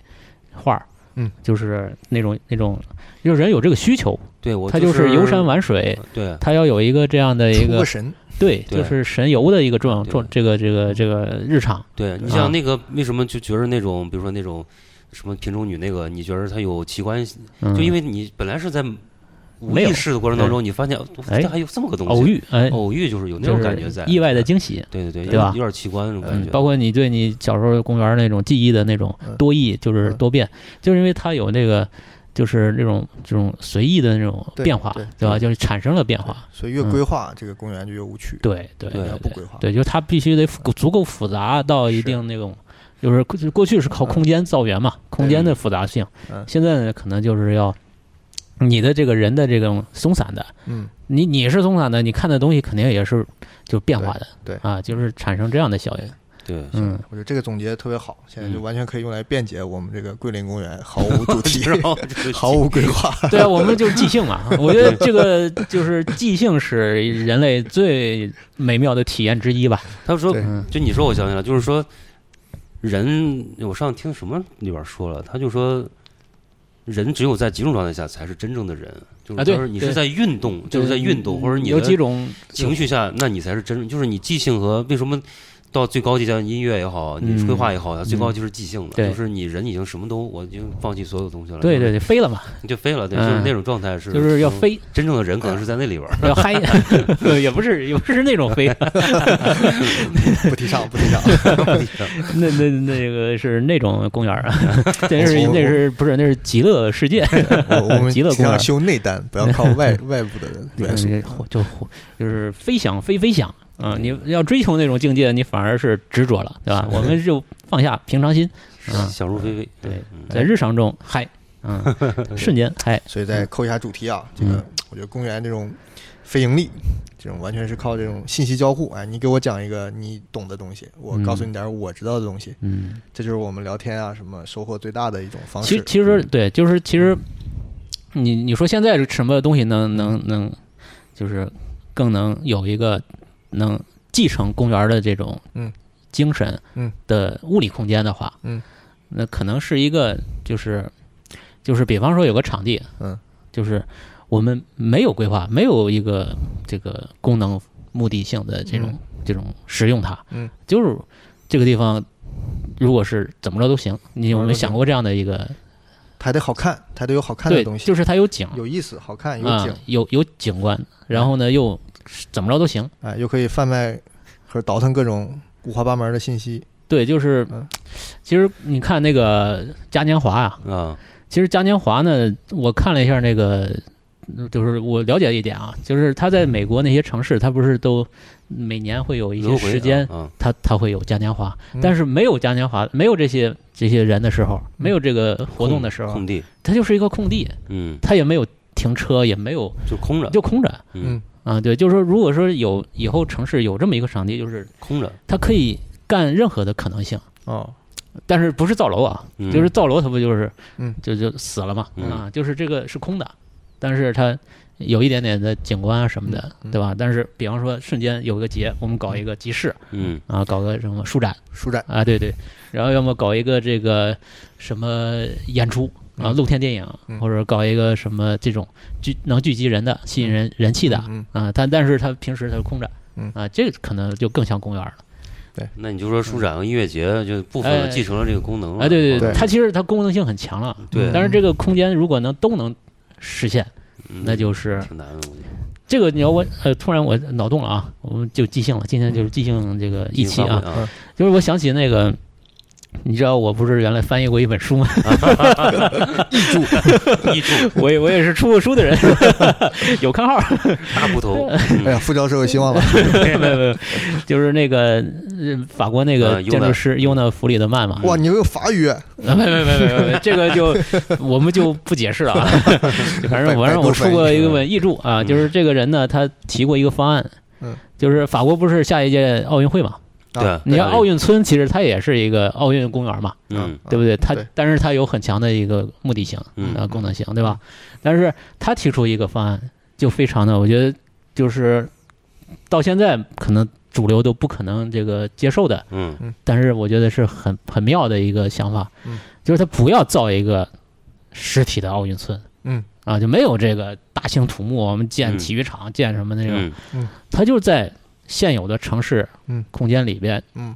S3: 画儿。
S5: 嗯，
S3: 就是那种那种，就是人有这个需求，
S4: 对我
S3: 他
S4: 就
S3: 就是游山，玩水，
S4: 对
S3: 他要有一个这样的一
S5: 出
S3: 个
S5: 个神，
S3: 对，
S4: 对
S3: 就是神游的一个状
S4: 对
S3: 状，这个这个这个日常，
S4: 对，你
S3: 啊
S4: 像那个为什么就觉得那种，比如说那种什么品种女那个，你觉得它有奇观，
S3: 嗯，
S4: 就因为你本来是在无
S3: 没有
S4: 意识的过程当中，你发现哦
S3: 哎
S4: 这还有这么个东西，
S3: 偶遇哎，
S4: 偶遇就是有哦那
S3: 就
S4: 种
S3: 是
S4: 感觉在，
S3: 意外的惊喜，
S4: 对对对，
S3: 对吧
S4: 有点奇观那种感
S3: 嗯，
S4: 觉，
S3: 包括你对你小时候公园那种记忆的那种
S5: 嗯
S3: 多义，就是
S5: 嗯
S3: 多变，就是因为它有那个，就是这种这种随意的那种
S5: 对
S3: 变化
S5: 对，
S3: 对吧？就是产生了变化，
S5: 所以越规划这个公园就越无趣。
S3: 啊嗯对对
S4: 对
S5: 要不规划，
S3: 对，就是它必须得复足够复杂到一
S5: 是
S3: 定那种，就是过过去是靠空间造源嘛，空间的复杂性
S5: 嗯，
S3: 现在呢可能就是要你的这个人的这种松散的，
S5: 嗯，
S3: 你你是松散的，你看的东西肯定也是就变化的，
S5: 对对
S3: 啊，就是产生这样的效应，
S4: 对。
S3: 嗯，
S5: 我觉得这个总结特别好，现在就
S4: 嗯
S5: 完全可以用来辩解我们这个桂林公园毫
S3: [LAUGHS]
S5: 无主题，
S4: 然后就是
S5: 毫无规划。 [LAUGHS]
S3: 对啊，我们就是即兴嘛。我觉得这个就是即兴是人类最美妙的体验之一吧。
S4: 他说
S5: 对
S3: 嗯
S4: 就你说，我想起来，就是说，人，我上次听什么里边说了，他就说，人只有在几种状态下才是真正的人，就是
S3: 啊对
S4: 他说你是
S3: 对
S4: 在运动，就是在运动，或者你
S3: 有几
S4: 的
S3: 种
S4: 情绪下，那你才是真，就是你即兴和为什么到最高级像音乐也好，你
S3: 嗯
S4: 绘画也好，它最
S3: 嗯
S4: 高级是即兴的，
S3: 对
S4: 就是你人已经什么都，我已经放弃所有东西了，
S3: 对对
S4: 就是
S3: 对，飞了嘛，
S4: 你就飞了，对，
S3: 嗯
S4: 就是那种状态是
S3: 就是要，飞，嗯
S4: 真正的人可能是在那里边儿，
S3: 要嗨，也不是也不是那种飞，
S5: 不提倡，不提
S3: [LAUGHS]
S5: 倡。
S3: 那那那个是那种公园儿啊，那是
S5: 我我
S3: 那是不是那是极乐世界？
S5: 我我们
S3: 极乐
S5: 提
S3: 公园
S5: 倡修内丹，不要靠
S3: [LAUGHS]
S5: 外外部的元素。
S3: 嗯就就是飞翔飞飞翔。啊、你要追求那种境界，你反而是执着了，对吧？我们就放下平常心，啊，
S4: 想入非非，
S3: 对
S4: 嗯
S3: 在日常中嗨，嗯，瞬间嗨，
S5: 所以再扣一下主题啊，这
S3: 嗯
S5: 个我觉得公园这种非盈利，这种完全是靠这种信息交互。哎，你给我讲一个你懂的东西，我告诉你点儿我知道的东西，
S3: [LAUGHS] 嗯，
S5: 这就是我们聊天啊什么收获最大的一种方
S3: 其实
S5: 式。
S3: 其实对，就是其实
S5: 嗯
S3: 你你说现在是什么东西能能能，就是更能有一个能继承公园的这种
S5: 嗯
S3: 精神
S5: 嗯
S3: 的物理空间的话，
S5: 嗯，
S3: 那可能是一个就是就是比方说有个场地，
S5: 嗯，
S3: 就是我们没有规划，没有一个这个功能目的性的这种、
S5: 嗯
S3: 这种使用它，
S5: 嗯，
S3: 就是这个地方。如果是怎么着都行，你有没有想过这样的一个
S5: 它还得好看，嗯它还得有好看的
S3: 对，
S5: 东西，
S3: 就是它有景，
S5: 有意思、好看、有
S3: 啊
S5: 景，嗯
S3: 有有景观，然后呢又怎么着都行。
S5: 哎，又可以贩卖和倒腾各种五花八门的信息。
S3: 对，就是
S5: 嗯
S3: 其实你看那个嘉年华啊，
S4: 啊，
S3: 其实嘉年华呢，我看了一下那个。嗯就是我了解一点啊，就是它在美国那些城市，它不是都每年会有一些
S4: 轮回
S3: 时间，
S4: 啊，
S3: 它它会有嘉年华
S5: 嗯，
S3: 但是没有嘉年华，没有这些这些人的时候，没有这个活动的时候
S4: 空，地，
S3: 它就是一个空地，
S4: 嗯，
S3: 它也没有停车，也没有
S4: 就空着，
S3: 就空着，
S4: 嗯，
S3: 啊，对，就是说，如果说有以后城市有这么一个场地，就是
S4: 空着，
S3: 它可以干任何的可能性，
S5: 哦，
S3: 但是不是造楼啊？
S4: 嗯
S3: 就是造楼，它不就是，
S5: 嗯
S3: 就就死了嘛？
S4: 嗯
S3: 啊，就是这个是空的，但是它有一点点的景观啊什么的，
S5: 嗯嗯
S3: 对吧？但是比方说瞬间有个节，我们搞一个集市
S4: 嗯，
S3: 啊，搞个什么书展
S5: 舒展，
S3: 啊，对对，然后要么搞一个这个什么演出啊，
S5: 嗯
S3: 露天电影，
S5: 嗯
S3: 或者搞一个什么这种聚能聚集人的、吸引人人气的，
S5: 嗯，
S3: 啊，但但是它平时它是空着，
S5: 嗯
S3: 啊，这个可能就更像公园了。
S4: 那你就说书展和音乐节就部分
S3: 哎
S4: 地继承了这个功能了
S3: 哎，对
S5: 哦对
S3: 它其实它功能性很强了，
S5: 嗯
S4: 对
S3: 但是这个空间如果能都能实现，
S4: 嗯
S3: 那就是
S4: 挺难的，我觉得
S3: 这个你要我呃，突然我脑洞了啊，我们就即兴了。今天
S5: 嗯
S3: 就是即兴这个一期
S4: 发
S3: 啊
S4: 挥，
S3: 就是我想起那个，你知道我不是原来翻译过一本书吗？ [LAUGHS]
S4: 啊，译 [LAUGHS] 著
S3: 我也我也是出过书的人，有看号。
S4: 大部头，嗯
S5: 哎呀，副教授有希望了。
S3: [LAUGHS] 没有没有没有， [LAUGHS] 就是那个呃法国那个
S4: 嗯
S3: 建筑师尤纳弗里德曼嘛。
S5: 哇，你又有法语，
S3: 啊， [LAUGHS] 没没没没没，这个 [LAUGHS] 就我们就不解释了 [LAUGHS] 啊。就反正我让我出过一个本译著啊，
S4: 嗯
S3: 就是这个人呢，他提过一个方案
S5: 嗯，
S3: 就是法国不是下一届奥运会嘛？
S4: 对，
S3: 你像
S4: 对
S3: 奥，运村，其实它也是一个奥运啊公园嘛，
S5: 啊
S4: 嗯
S3: 对不对？它
S5: 对
S3: 但是它有很强的一个目的性
S4: 嗯
S3: 啊，功能性，对吧？但是他提出一个方案，就非常的，我觉得就是到现在可能主流都不可能这个接受的，
S4: 嗯
S3: 但是我觉得是很很妙的一个想法，
S5: 嗯
S3: 就是他不要造一个实体的奥运村，
S5: 嗯
S3: 啊，就没有这个大兴土木，我们建
S4: 嗯
S3: 体育场、建什么那种，
S4: 嗯
S3: 它就在现有的城市
S5: 嗯
S3: 空间里边，
S5: 嗯，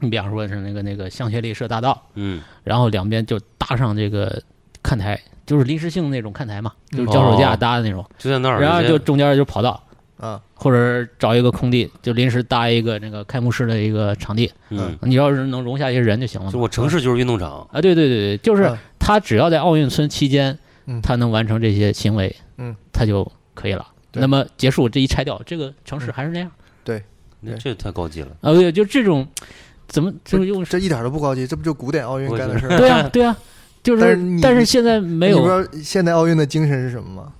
S3: 你比方说是那个那个香榭丽舍大道，
S4: 嗯，
S3: 然后两边就搭上这个看台，就是临时性那种看台嘛，
S5: 嗯
S3: 就是脚手架
S4: 哦
S3: 搭的那种，
S4: 就在那儿，
S3: 然后就
S4: 有些
S3: 中间就跑道，
S5: 啊，
S3: 或者找一个空地，就临时搭一个那个开幕式的一个场地，
S4: 嗯，
S3: 你要是能容下一些人就行了
S4: 就
S3: 嘛。
S4: 我城市就是运动场，
S3: 啊，对对对对，就是
S5: 嗯
S3: 他只要在奥运村期间
S5: 嗯，
S3: 他能完成这些行为，
S5: 嗯，
S3: 他就可以了。
S5: 对
S3: 那么结束这一拆掉，这个城市还是那样
S4: 那
S5: 对
S4: 这太高级了，
S3: 啊？对，就这种怎么就用
S5: 这一点嗯都不高级，这不就古典奥运干的事儿吗？
S3: 对啊对啊，就
S5: 但
S3: 是
S5: 是你
S3: 但是现在没 [LAUGHS]
S5: [LAUGHS] 你
S3: 有，
S5: 不知道现代奥运的精神是什么吗？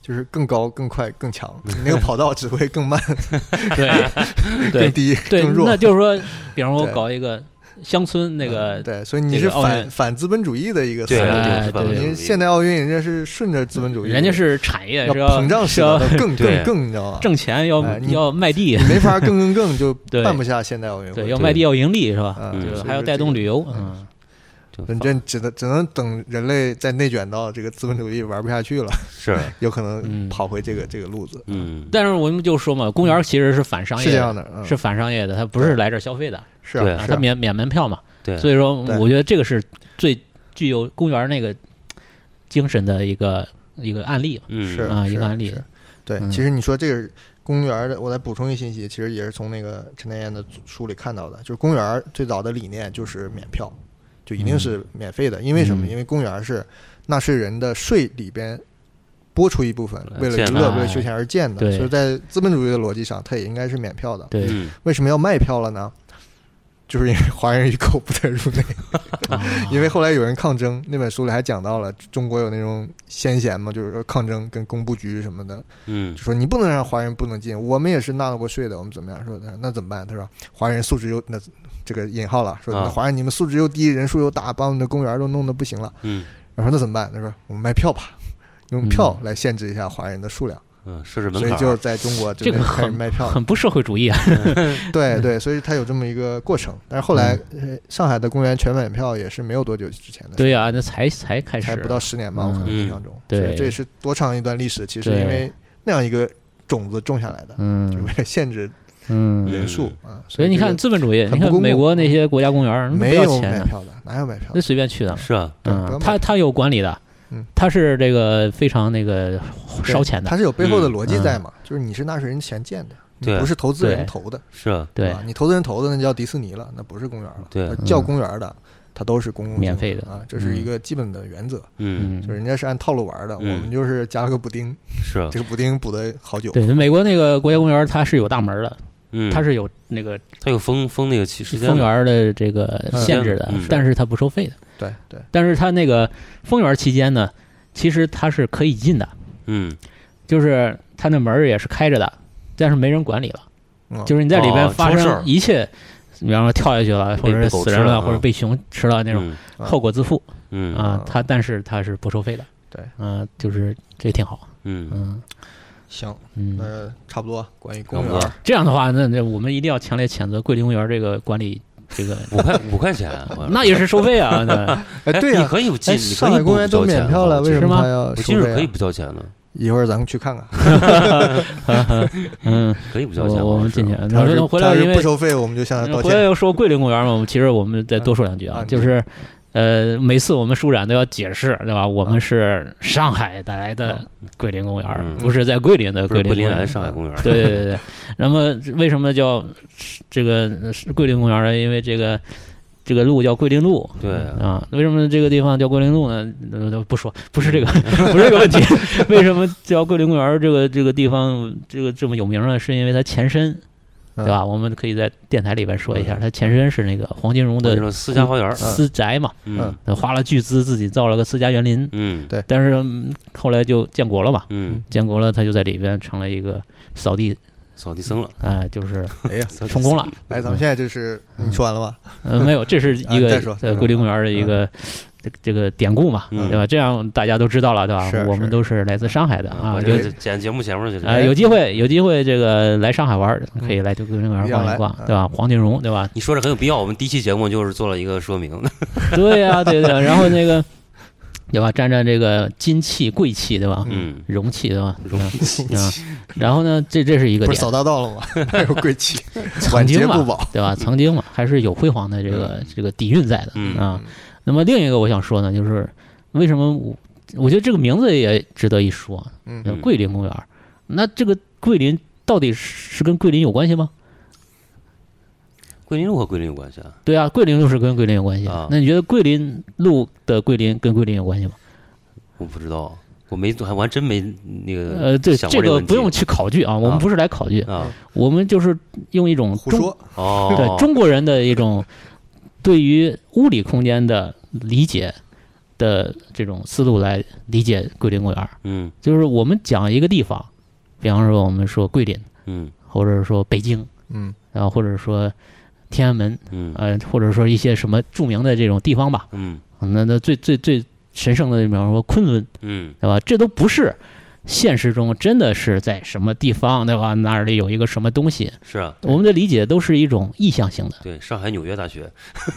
S5: 就是更高、更快、更
S4: [LAUGHS]
S5: 强。你那个跑道只会更慢、
S3: 对 [LAUGHS]
S5: 更
S3: 对
S5: 低、
S3: 对
S5: 更，弱
S3: 那。就是说，比方说
S5: 对
S3: 搞一个乡村那个
S5: 嗯，对，所以你是
S3: 这个奥运
S5: 反反资本主义的一个思
S4: 对
S5: 路。
S3: 哎
S4: 对，
S3: 对
S5: 您现代奥运人家是顺着资本主义，
S3: 人家是产业
S5: 要
S3: 是要
S5: 膨胀
S3: 是
S5: 式
S3: 要
S5: 的，更
S4: 对
S5: 更更，你知道吗？
S3: [LAUGHS] 挣钱要
S5: 哎你
S3: 要卖地
S5: 你，没法更更更就
S3: [LAUGHS] 对
S5: 办不下现代奥运
S3: [LAUGHS] 对，
S5: 会
S3: 要。卖地要盈利是吧？
S5: 嗯
S4: 对
S3: 就是
S5: 所以
S3: 还要
S5: 说
S3: 带
S5: 这
S3: 动
S5: 个
S3: 旅游，
S5: 嗯
S3: 嗯。
S4: 就
S5: 认真只能只能等人类再内卷到这个资本主义玩不下去了，
S4: 是，
S5: 有可
S3: 嗯
S5: 能跑回这个这个路
S3: [LAUGHS]
S5: 子，
S4: 嗯，
S3: 但是我们就说嘛，公园其实是反商业
S5: 是这样
S3: 的，
S5: 的，嗯
S3: 是反商业的，它不是来这儿消费的，
S5: 是
S4: 对
S5: 啊
S3: 啊，
S5: 是
S3: 它
S5: 啊
S3: 免免门票嘛。
S4: 对，
S3: 所以说，
S5: 对
S3: 我觉得这个是最具有公园那个精神的一个一个案例嘛。
S4: 嗯
S5: 是
S3: 啊一
S5: 是
S3: 个案例
S5: 是对，
S3: 嗯
S5: 其实你说这个公园的，我再补充一信息，其实也是从那个陈丹燕的书里看到的，就是公园最早的理念就是免票，就一定是免费的，因为什么？
S3: 嗯
S5: 因为公园是纳税人的税里边。拨出一部分
S4: 来
S5: 为了
S4: 建
S5: 娱
S3: 呃的啊
S5: 乐、为了休闲而建的，
S3: 对
S5: 所以在资本主义的逻辑上，它也应该是免票的。
S3: 对，
S4: 嗯，
S5: 为什么要卖票了呢？就是因为华人与狗不得入内。
S3: 啊
S5: 嗯因为后来有人抗争，那本书里还讲到了中国有那种先贤嘛，就是说抗争跟工部局什么的，
S4: 嗯
S5: 就，说你不能让华人不能进，我们也是纳了过税的，我们怎么样？说的那怎么办？他说华人素质又那这个引号了，说
S4: 啊
S5: 那华人你们素质又低，人数又大，把我们的公园都弄得不行了。
S4: 嗯
S5: 然后说那怎么办？他说我们卖票吧，用票
S3: 嗯
S5: 来限制一下华人的数量，
S4: 嗯，设置门
S5: 所以
S4: 槛
S5: 就
S4: 儿，
S5: 在中国这
S3: 这个
S5: 边开始
S3: 很
S5: 卖票。
S3: 很不社会主义
S5: [LAUGHS]
S3: 啊。
S5: 对对，所以它有这么一个过程。但是后来，呃上海的公园全买票也是没有多久之前的事。
S3: 嗯对啊，那才才开始
S5: 才不到十年吧，我可能
S4: 嗯
S5: 印象中。
S3: 对
S5: 所以这也是多长一段历史，其实
S3: 对
S5: 因为那样一个种子种下来的，就
S3: 嗯
S5: 为了限制
S3: 嗯。
S5: 人数啊。
S3: 所以你
S5: 这个
S3: 看资本主义，
S5: 很
S3: 你
S5: 不
S3: 看
S5: 公
S3: 美
S5: 平
S3: 国那些国家公园儿那
S5: 没
S3: 不要
S5: 有
S3: 钱
S5: 买
S3: 啊，
S5: 票的，哪有买票
S3: 那
S5: 的？
S3: 随便去的。
S4: 是啊，
S5: 对不
S3: 嗯
S5: 要，买
S3: 他他有管理的
S5: 嗯，
S3: 他是这个非常那个
S5: 对
S3: 烧钱的
S5: 它，是有背后的逻辑
S3: 嗯
S5: 在嘛？就是你是纳税人钱建的，
S4: 对
S5: 你不是投资
S3: 对
S5: 人投的，
S4: 是啊，
S3: 对
S5: 吧？你投资人投的那叫迪士尼了，那不是公园了，
S4: 对
S5: 而
S3: 嗯
S5: 叫公园的。它都是公共
S3: 免
S5: 性
S3: 费的
S5: 啊，这是一
S3: 嗯
S5: 个基本的原则，
S4: 嗯，
S3: 嗯
S5: 就，是人家是按套路玩的，我
S4: 嗯
S5: 们就是加了个补丁，
S4: 是啊，
S5: 这个补丁补的好久，
S3: 对，美国那个国家公园，它是有大门儿的，
S4: 嗯，
S3: 它是有那个
S4: 它有封封那个期时间
S3: 公
S4: 的
S3: 园儿的这个限制的，
S4: 嗯
S3: 但是它不收费的。
S5: 对对，
S3: 但是它那个封园儿期间呢，其实它是可以进的，
S4: 嗯，
S3: 就是它那门儿也是开着的，但是没人管理了。
S5: 嗯
S3: 就是你在里边
S4: 哦
S3: 发
S4: 出事
S3: 生
S4: 儿
S3: 一切，比方说跳下去了，或者
S4: 被
S3: 是
S4: 狗
S3: 死
S4: 吃
S3: 人
S4: 了
S3: 了，或者
S4: 嗯
S3: 被熊吃了那种，
S5: 嗯
S3: 后果自负
S4: 嗯，嗯
S3: 啊。它但是它是不收费的。
S5: 对，
S3: 嗯，就是这挺好。
S4: 嗯，
S3: 嗯
S5: 行，
S3: 嗯，
S5: 那差不多关于
S4: 差
S5: 公
S4: 不
S5: 园
S4: 多
S5: 儿，
S3: 这样的话，那那我们一定要强烈谴责桂林公园这个管理这个。 [LAUGHS]
S4: 五块五块钱，啊我
S3: 那也是收费啊！那 [LAUGHS]
S5: 哎，对呀、
S4: 你可以不进，
S5: 哎，
S4: 你可以
S5: 上海
S4: 不
S5: 公园
S4: 交
S5: 都免
S4: 钱
S5: 票
S4: 的
S5: 了，
S4: 我
S5: 为
S4: 记
S5: 什
S4: 得
S5: 么
S3: 吗
S5: 还要
S4: 我
S5: 收
S4: 记得是可
S5: 费、
S4: 以
S5: 啊？
S4: 不交钱的，
S5: 一会儿咱们去
S3: [LAUGHS]
S5: 看看。
S3: 嗯，
S4: 可以不交
S3: 我
S4: 钱的。
S3: 我们
S4: 是
S3: 进去，
S5: 他
S3: 然
S5: 要是
S3: 后回
S5: 他
S3: 来
S5: 要是
S3: 因为
S5: 呃不收费，我们就向他道
S3: 嗯回来
S5: 歉。
S3: 又说桂林公园嘛，我们其实我们再多说两句啊
S5: 啊，
S3: 就是呃，每次我们舒展都要解释，对吧？我们是上海来的桂林公园
S4: 嗯，
S3: 不是在桂林的
S4: 不
S3: 桂
S4: 是
S3: 林
S4: 桂
S3: 公
S4: 林
S3: 园
S4: 来的上海公园，
S3: [LAUGHS] 对对对对，那么为什么叫这个桂林公园呢？因为这个这个路叫桂林路。
S4: 对
S3: 啊，为什么这个地方叫桂林路呢？呃不说，不是这个， [LAUGHS] 不是这个问题。为什么叫桂林公园？这个这个地方这个这么有名呢？是因为它前身，对吧？我们可以在电台里边说一下，它前身是那个嗯黄金荣
S4: 我就
S3: 的
S4: 说私家花园，
S3: 私宅嘛，
S4: 嗯
S3: 他花了巨资自己造了个私家园林，
S4: 嗯
S3: 但是嗯后来就建国了嘛，
S4: 嗯，
S3: 建国了他就在里边成了一个扫地
S4: 扫地僧了，
S3: 哎， [LAUGHS] 就是
S5: 哎
S4: [LAUGHS]
S5: 呀，
S4: 扫地
S3: 成功了。
S5: 来，咱们现在就是你说完了吧？
S3: 呃，没有，这是一
S5: 啊再
S3: 个
S5: 说嗯再
S3: 呃
S5: 说
S3: 桂林公园的一个这个这个典故嘛，
S4: 嗯
S3: 对吧？这样大家都知道了，对
S5: 是
S3: 吧？我
S5: 是嗯
S3: 们都是来自上海的
S4: 啊！
S3: 啊，
S4: 我
S3: 有
S4: 这个剪节目前面去哎
S3: 啊，
S4: 了。
S3: 有机会有机会这个来上海玩儿，可以来这个桂林公园
S5: 嗯一样
S3: 逛
S5: 来
S3: 一逛
S5: 嗯，
S3: 对吧？黄金荣，对吧？
S4: 你说这很有必要，我们第一期节目就是做了一个说明，
S3: 对呀，对对，然后那个对吧？沾沾这个金器贵气，对吧？
S4: 嗯，
S3: 容器对吧？容器啊，然后呢，这这是一个
S5: 不
S3: 点
S5: 是，扫大道了
S3: [LAUGHS]
S5: 吗？还有贵气，
S3: 曾
S5: 晚节
S3: 经
S5: 不
S3: 嘛
S5: 保，
S3: 对吧？曾经嘛，还是有辉煌的这个这个底蕴在的
S4: 嗯
S3: 啊。那么另一个我想说呢，就是为什么我我觉得这个名字也值得一说，
S5: 嗯
S3: 叫桂林公园。那这个桂林到底是跟桂林有关系吗？
S4: 桂林路和桂林有关系啊？
S3: 对啊，桂林路是跟桂林有关系
S4: 啊。
S3: 那你觉得桂林路的桂林跟桂林有关系吗？
S4: 我不知道，我没我还真没那个
S3: 呃，对，
S4: 想过
S3: 这
S4: 这
S3: 个
S4: 问题
S3: 不用去考据啊，我们
S4: 啊
S3: 不是来考据，
S4: 啊
S3: 我们就是用一种
S5: 胡
S3: 中
S5: 说，
S4: 哦，
S3: [LAUGHS] 对中国人的一种对于物理空间的理解的这种思路来理解桂林公园儿。
S4: 嗯
S3: 就是我们讲一个地方，比方说我们说桂林，
S4: 嗯
S3: 或者说北京，
S5: 嗯
S3: 然后或者说天安门，
S4: 嗯
S3: 呃，或者说一些什么著名的这种地方吧。 [LAUGHS]
S4: 嗯
S3: 那那最最最神圣的，比方说昆仑，
S4: 嗯
S3: 对吧？这都不是现实中真的是在什么地方，对吧？哪里有一个什么东西？
S4: 是啊，
S3: 我们的理解都是一种意向性的。
S4: 对，上海纽约大学，
S3: [LAUGHS]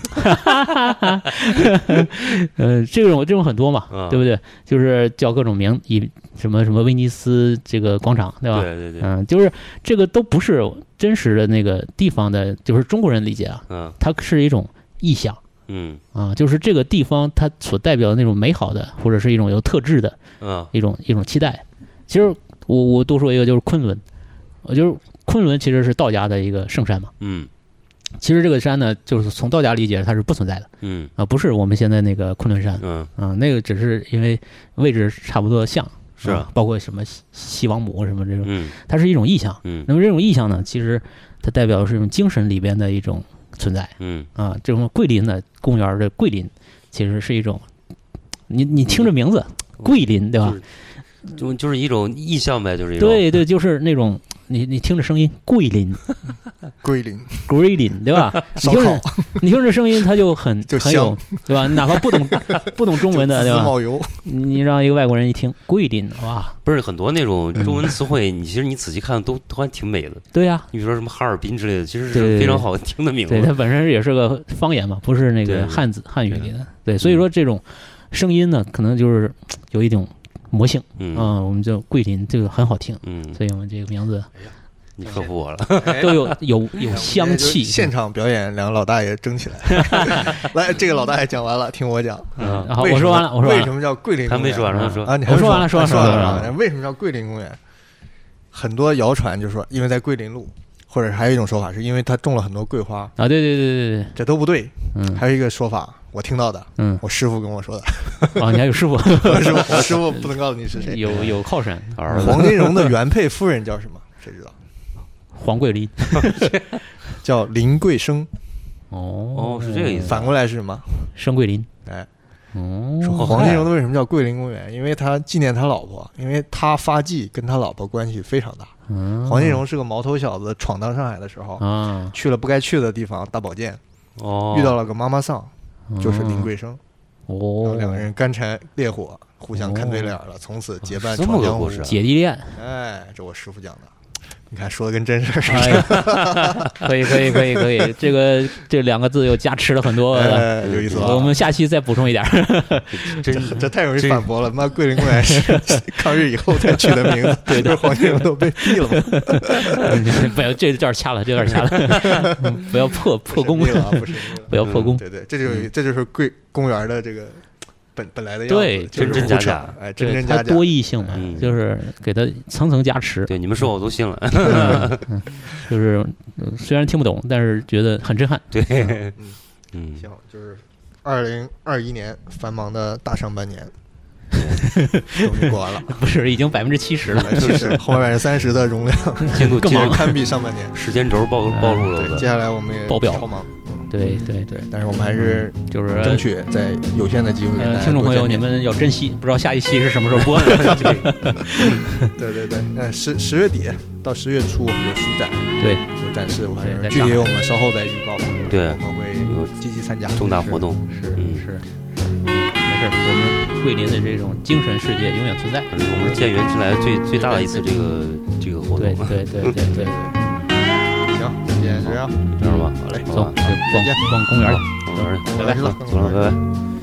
S3: 呃，这种这种很多嘛，
S4: 嗯
S3: 对不对？就是叫各种名，以什么什么威尼斯这个广场，对吧？
S4: 对对对，
S3: 嗯，就是这个都不是真实的那个地方的，就是中国人理解啊，
S4: 嗯
S3: 它是一种意象
S4: 嗯
S3: 啊，就是这个地方它所代表的那种美好的，或者是一种有特质的
S4: 嗯
S3: 一种一种期待。其实我我多说一个，就是昆仑，呃，就是昆仑其实是道家的一个圣山嘛。
S4: 嗯
S3: 其实这个山呢，就是从道家理解它是不存在的
S4: 嗯
S3: 啊，不是我们现在那个昆仑山
S4: 嗯，
S3: 啊，那个只是因为位置差不多像，
S4: 是
S3: 啊
S4: 啊，
S3: 包括什么西西王母什么这种，
S4: 嗯
S3: 它是一种意象。
S4: 嗯
S3: 那么这种意象呢，其实它代表的是一种精神里边的一种存在
S4: 嗯
S3: 啊。这种桂林呢，公园的桂林，其实是一种，你你听这名字，桂林对吧？
S4: 嗯，就就是一种意象呗，就是一种
S3: 对对，就是那种你你听着声音，桂林
S5: 桂林
S3: Green 对吧？你
S5: 烧
S3: 听
S5: 烤
S3: 着你听这声音，它就很
S5: 就
S3: 很有对吧？哪怕不懂不懂中文的
S5: 就
S3: 对
S5: 滋
S3: 吧？
S5: 冒油，
S3: 你让一个外国人一听桂林，哇，
S4: 不是很多那种中文词汇，你其实你仔细看都都还挺美的。
S3: 对呀、
S4: 你比如说什么哈尔滨之类的，其实
S3: 对对
S4: 是非常好听的名
S3: 对，它
S4: 字。
S3: 本身也是个方言嘛，不是那
S4: 啊对
S3: 个汉字汉语
S4: 对啊
S3: 里的。对，所以说这种声音呢，可能就是有一种魔性
S4: 嗯
S3: 啊、我们叫桂林，这个很好听，
S4: 嗯，
S3: 所以我们这个名字
S4: 你克服我了。
S5: 哎
S3: 都有有有香
S5: 就
S3: 气。
S5: 现场表演两个老大爷争起来。
S3: [LAUGHS]
S5: 来，这个老大爷讲完了，听我讲。
S4: 嗯
S3: 好，
S5: 为
S3: 啊我
S5: 什
S3: 说
S5: 么
S3: 完了，我说
S5: 为
S3: 完
S5: 什
S3: 了。
S5: 么叫桂林公
S4: 还
S5: 园？
S4: 没说完， [LAUGHS] 他
S3: 嗯
S4: 说
S5: 啊，你还
S3: 我
S5: 没
S3: 说
S5: 说
S3: 完了说完了
S5: 说
S3: 说完了
S5: 完了。为什么叫桂林公园？很多谣传就说，因为在桂林路，或者还有一种说法，是因为它种了很多桂花，
S3: 啊，对对对对对，
S5: 这都不对。
S3: 嗯
S5: 还有一个说法，我听到的，
S3: 嗯，
S5: 我师傅跟我说的， [LAUGHS]
S3: 啊，你还有师傅，
S5: 我师傅，我师傅不能告诉你是谁。
S3: 有有靠山，
S4: 儿子
S5: 黄金荣的原配夫人叫什么？谁知道？
S3: 黄桂林。
S5: 叫林桂生，
S3: 哦
S4: 哦是这个意思
S5: 反过来是什么？
S3: 生桂林。
S5: 哎，
S3: 哦，
S5: 说黄金荣的为什么叫桂林公园？因为他纪念他老婆，因为他发迹跟他老婆关系非常大。
S4: 哦
S3: 嗯
S5: 黄金荣是个毛头小子，闯荡上海的时候，
S3: 啊，
S5: 去了不该去的地方，大保健，
S4: 嗯哦，
S5: 遇到了个妈妈桑，就是林
S3: 桂。
S5: 桂生，然
S3: 哦
S5: 后，两个人干柴烈火，互相看对了眼了，从此结伴
S4: 哦这
S5: 闯
S4: 么个
S5: 江湖
S4: 故。事啊，
S3: 姐弟恋
S5: 哎，这我师傅讲的，你看说的跟真事儿似
S3: [LAUGHS] 哎
S5: 的，
S3: 呀，可以可以可以可以，这个这两个字又加持了很多。
S5: 哎，有意思
S3: 我
S5: 啊！
S3: 们下期再补充一点儿。 [LAUGHS]
S5: [LAUGHS] 这这太容易反驳了，妈，桂林公园是 [LAUGHS] 抗日以后才取的
S3: [LAUGHS]
S5: 名字，对对，黄金荣都被毙了嘛，
S3: 不要，这段儿掐了，这段儿掐了，
S5: [LAUGHS]
S3: 嗯不要破 [LAUGHS] [LAUGHS] 破功
S5: 不。是毙了啊，不是毙了
S3: 不要破功嗯
S5: 对对，这就是这就是桂公园的这个本本来的样子，
S3: 对
S5: 就是
S4: 真真
S5: 胡
S4: 假
S5: 扯
S4: 假，
S5: 哎，真
S3: 对，
S5: 真
S3: 它
S5: 假假，
S3: 多义性嘛
S4: 嗯，
S3: 就是给它层层加持，
S4: 对，你们说我都信了。
S3: 嗯就是呃虽然听不懂，但是觉得很震撼。
S4: [LAUGHS]
S3: [LAUGHS]
S4: 对，
S5: 嗯
S4: 嗯，
S5: 行，就是二零二一年繁忙的大上半
S3: [LAUGHS]
S5: 年，终于过完了，
S3: 不是，已经百分之七十
S5: [LAUGHS]
S3: 了，
S5: 其实后面百分之三十的容量，
S4: 进
S3: [LAUGHS]
S4: 度
S3: 更
S4: 进
S3: 忙
S4: 入
S5: 堪比上半
S3: [LAUGHS]
S5: 年。
S4: 嗯时间轴暴暴露了
S5: 嗯对，
S4: 我
S5: 接
S4: 的。
S5: 下来我们也
S3: 爆表
S5: 超忙，嗯，
S3: 对对对，
S5: 但是我们还是
S3: 就是
S5: 争取哎在有限的机会给大
S3: 呃，
S5: 家
S3: 听众
S5: 多
S3: 朋
S5: 见
S3: 友，你
S5: 面
S3: 们要珍惜，不知道下一期是什么时候播的。
S5: [LAUGHS] 对对对，那十十月底到十月初我们有书展，
S3: 对，
S5: 有展示，我还
S3: 对在
S5: 是具
S3: 上海
S5: 体我们稍后再预告吧。
S4: 对
S5: 我们
S4: 有
S5: 会积极参加
S4: 重大活动，
S3: 是
S4: 嗯
S3: 是，没事儿，我们桂林的这种精神世界永远存在。
S4: 反正嗯我们建园之来最最大的一次这个这个活
S3: 对
S4: 动，
S3: 对对对对，
S5: 行，今天就这样，
S4: [LAUGHS] 知道吗？好嘞，
S3: 走，
S4: 好吧，
S3: 去
S5: 再见
S3: 逛逛公园了。
S4: 走了，
S5: 拜拜
S4: 走了，拜拜。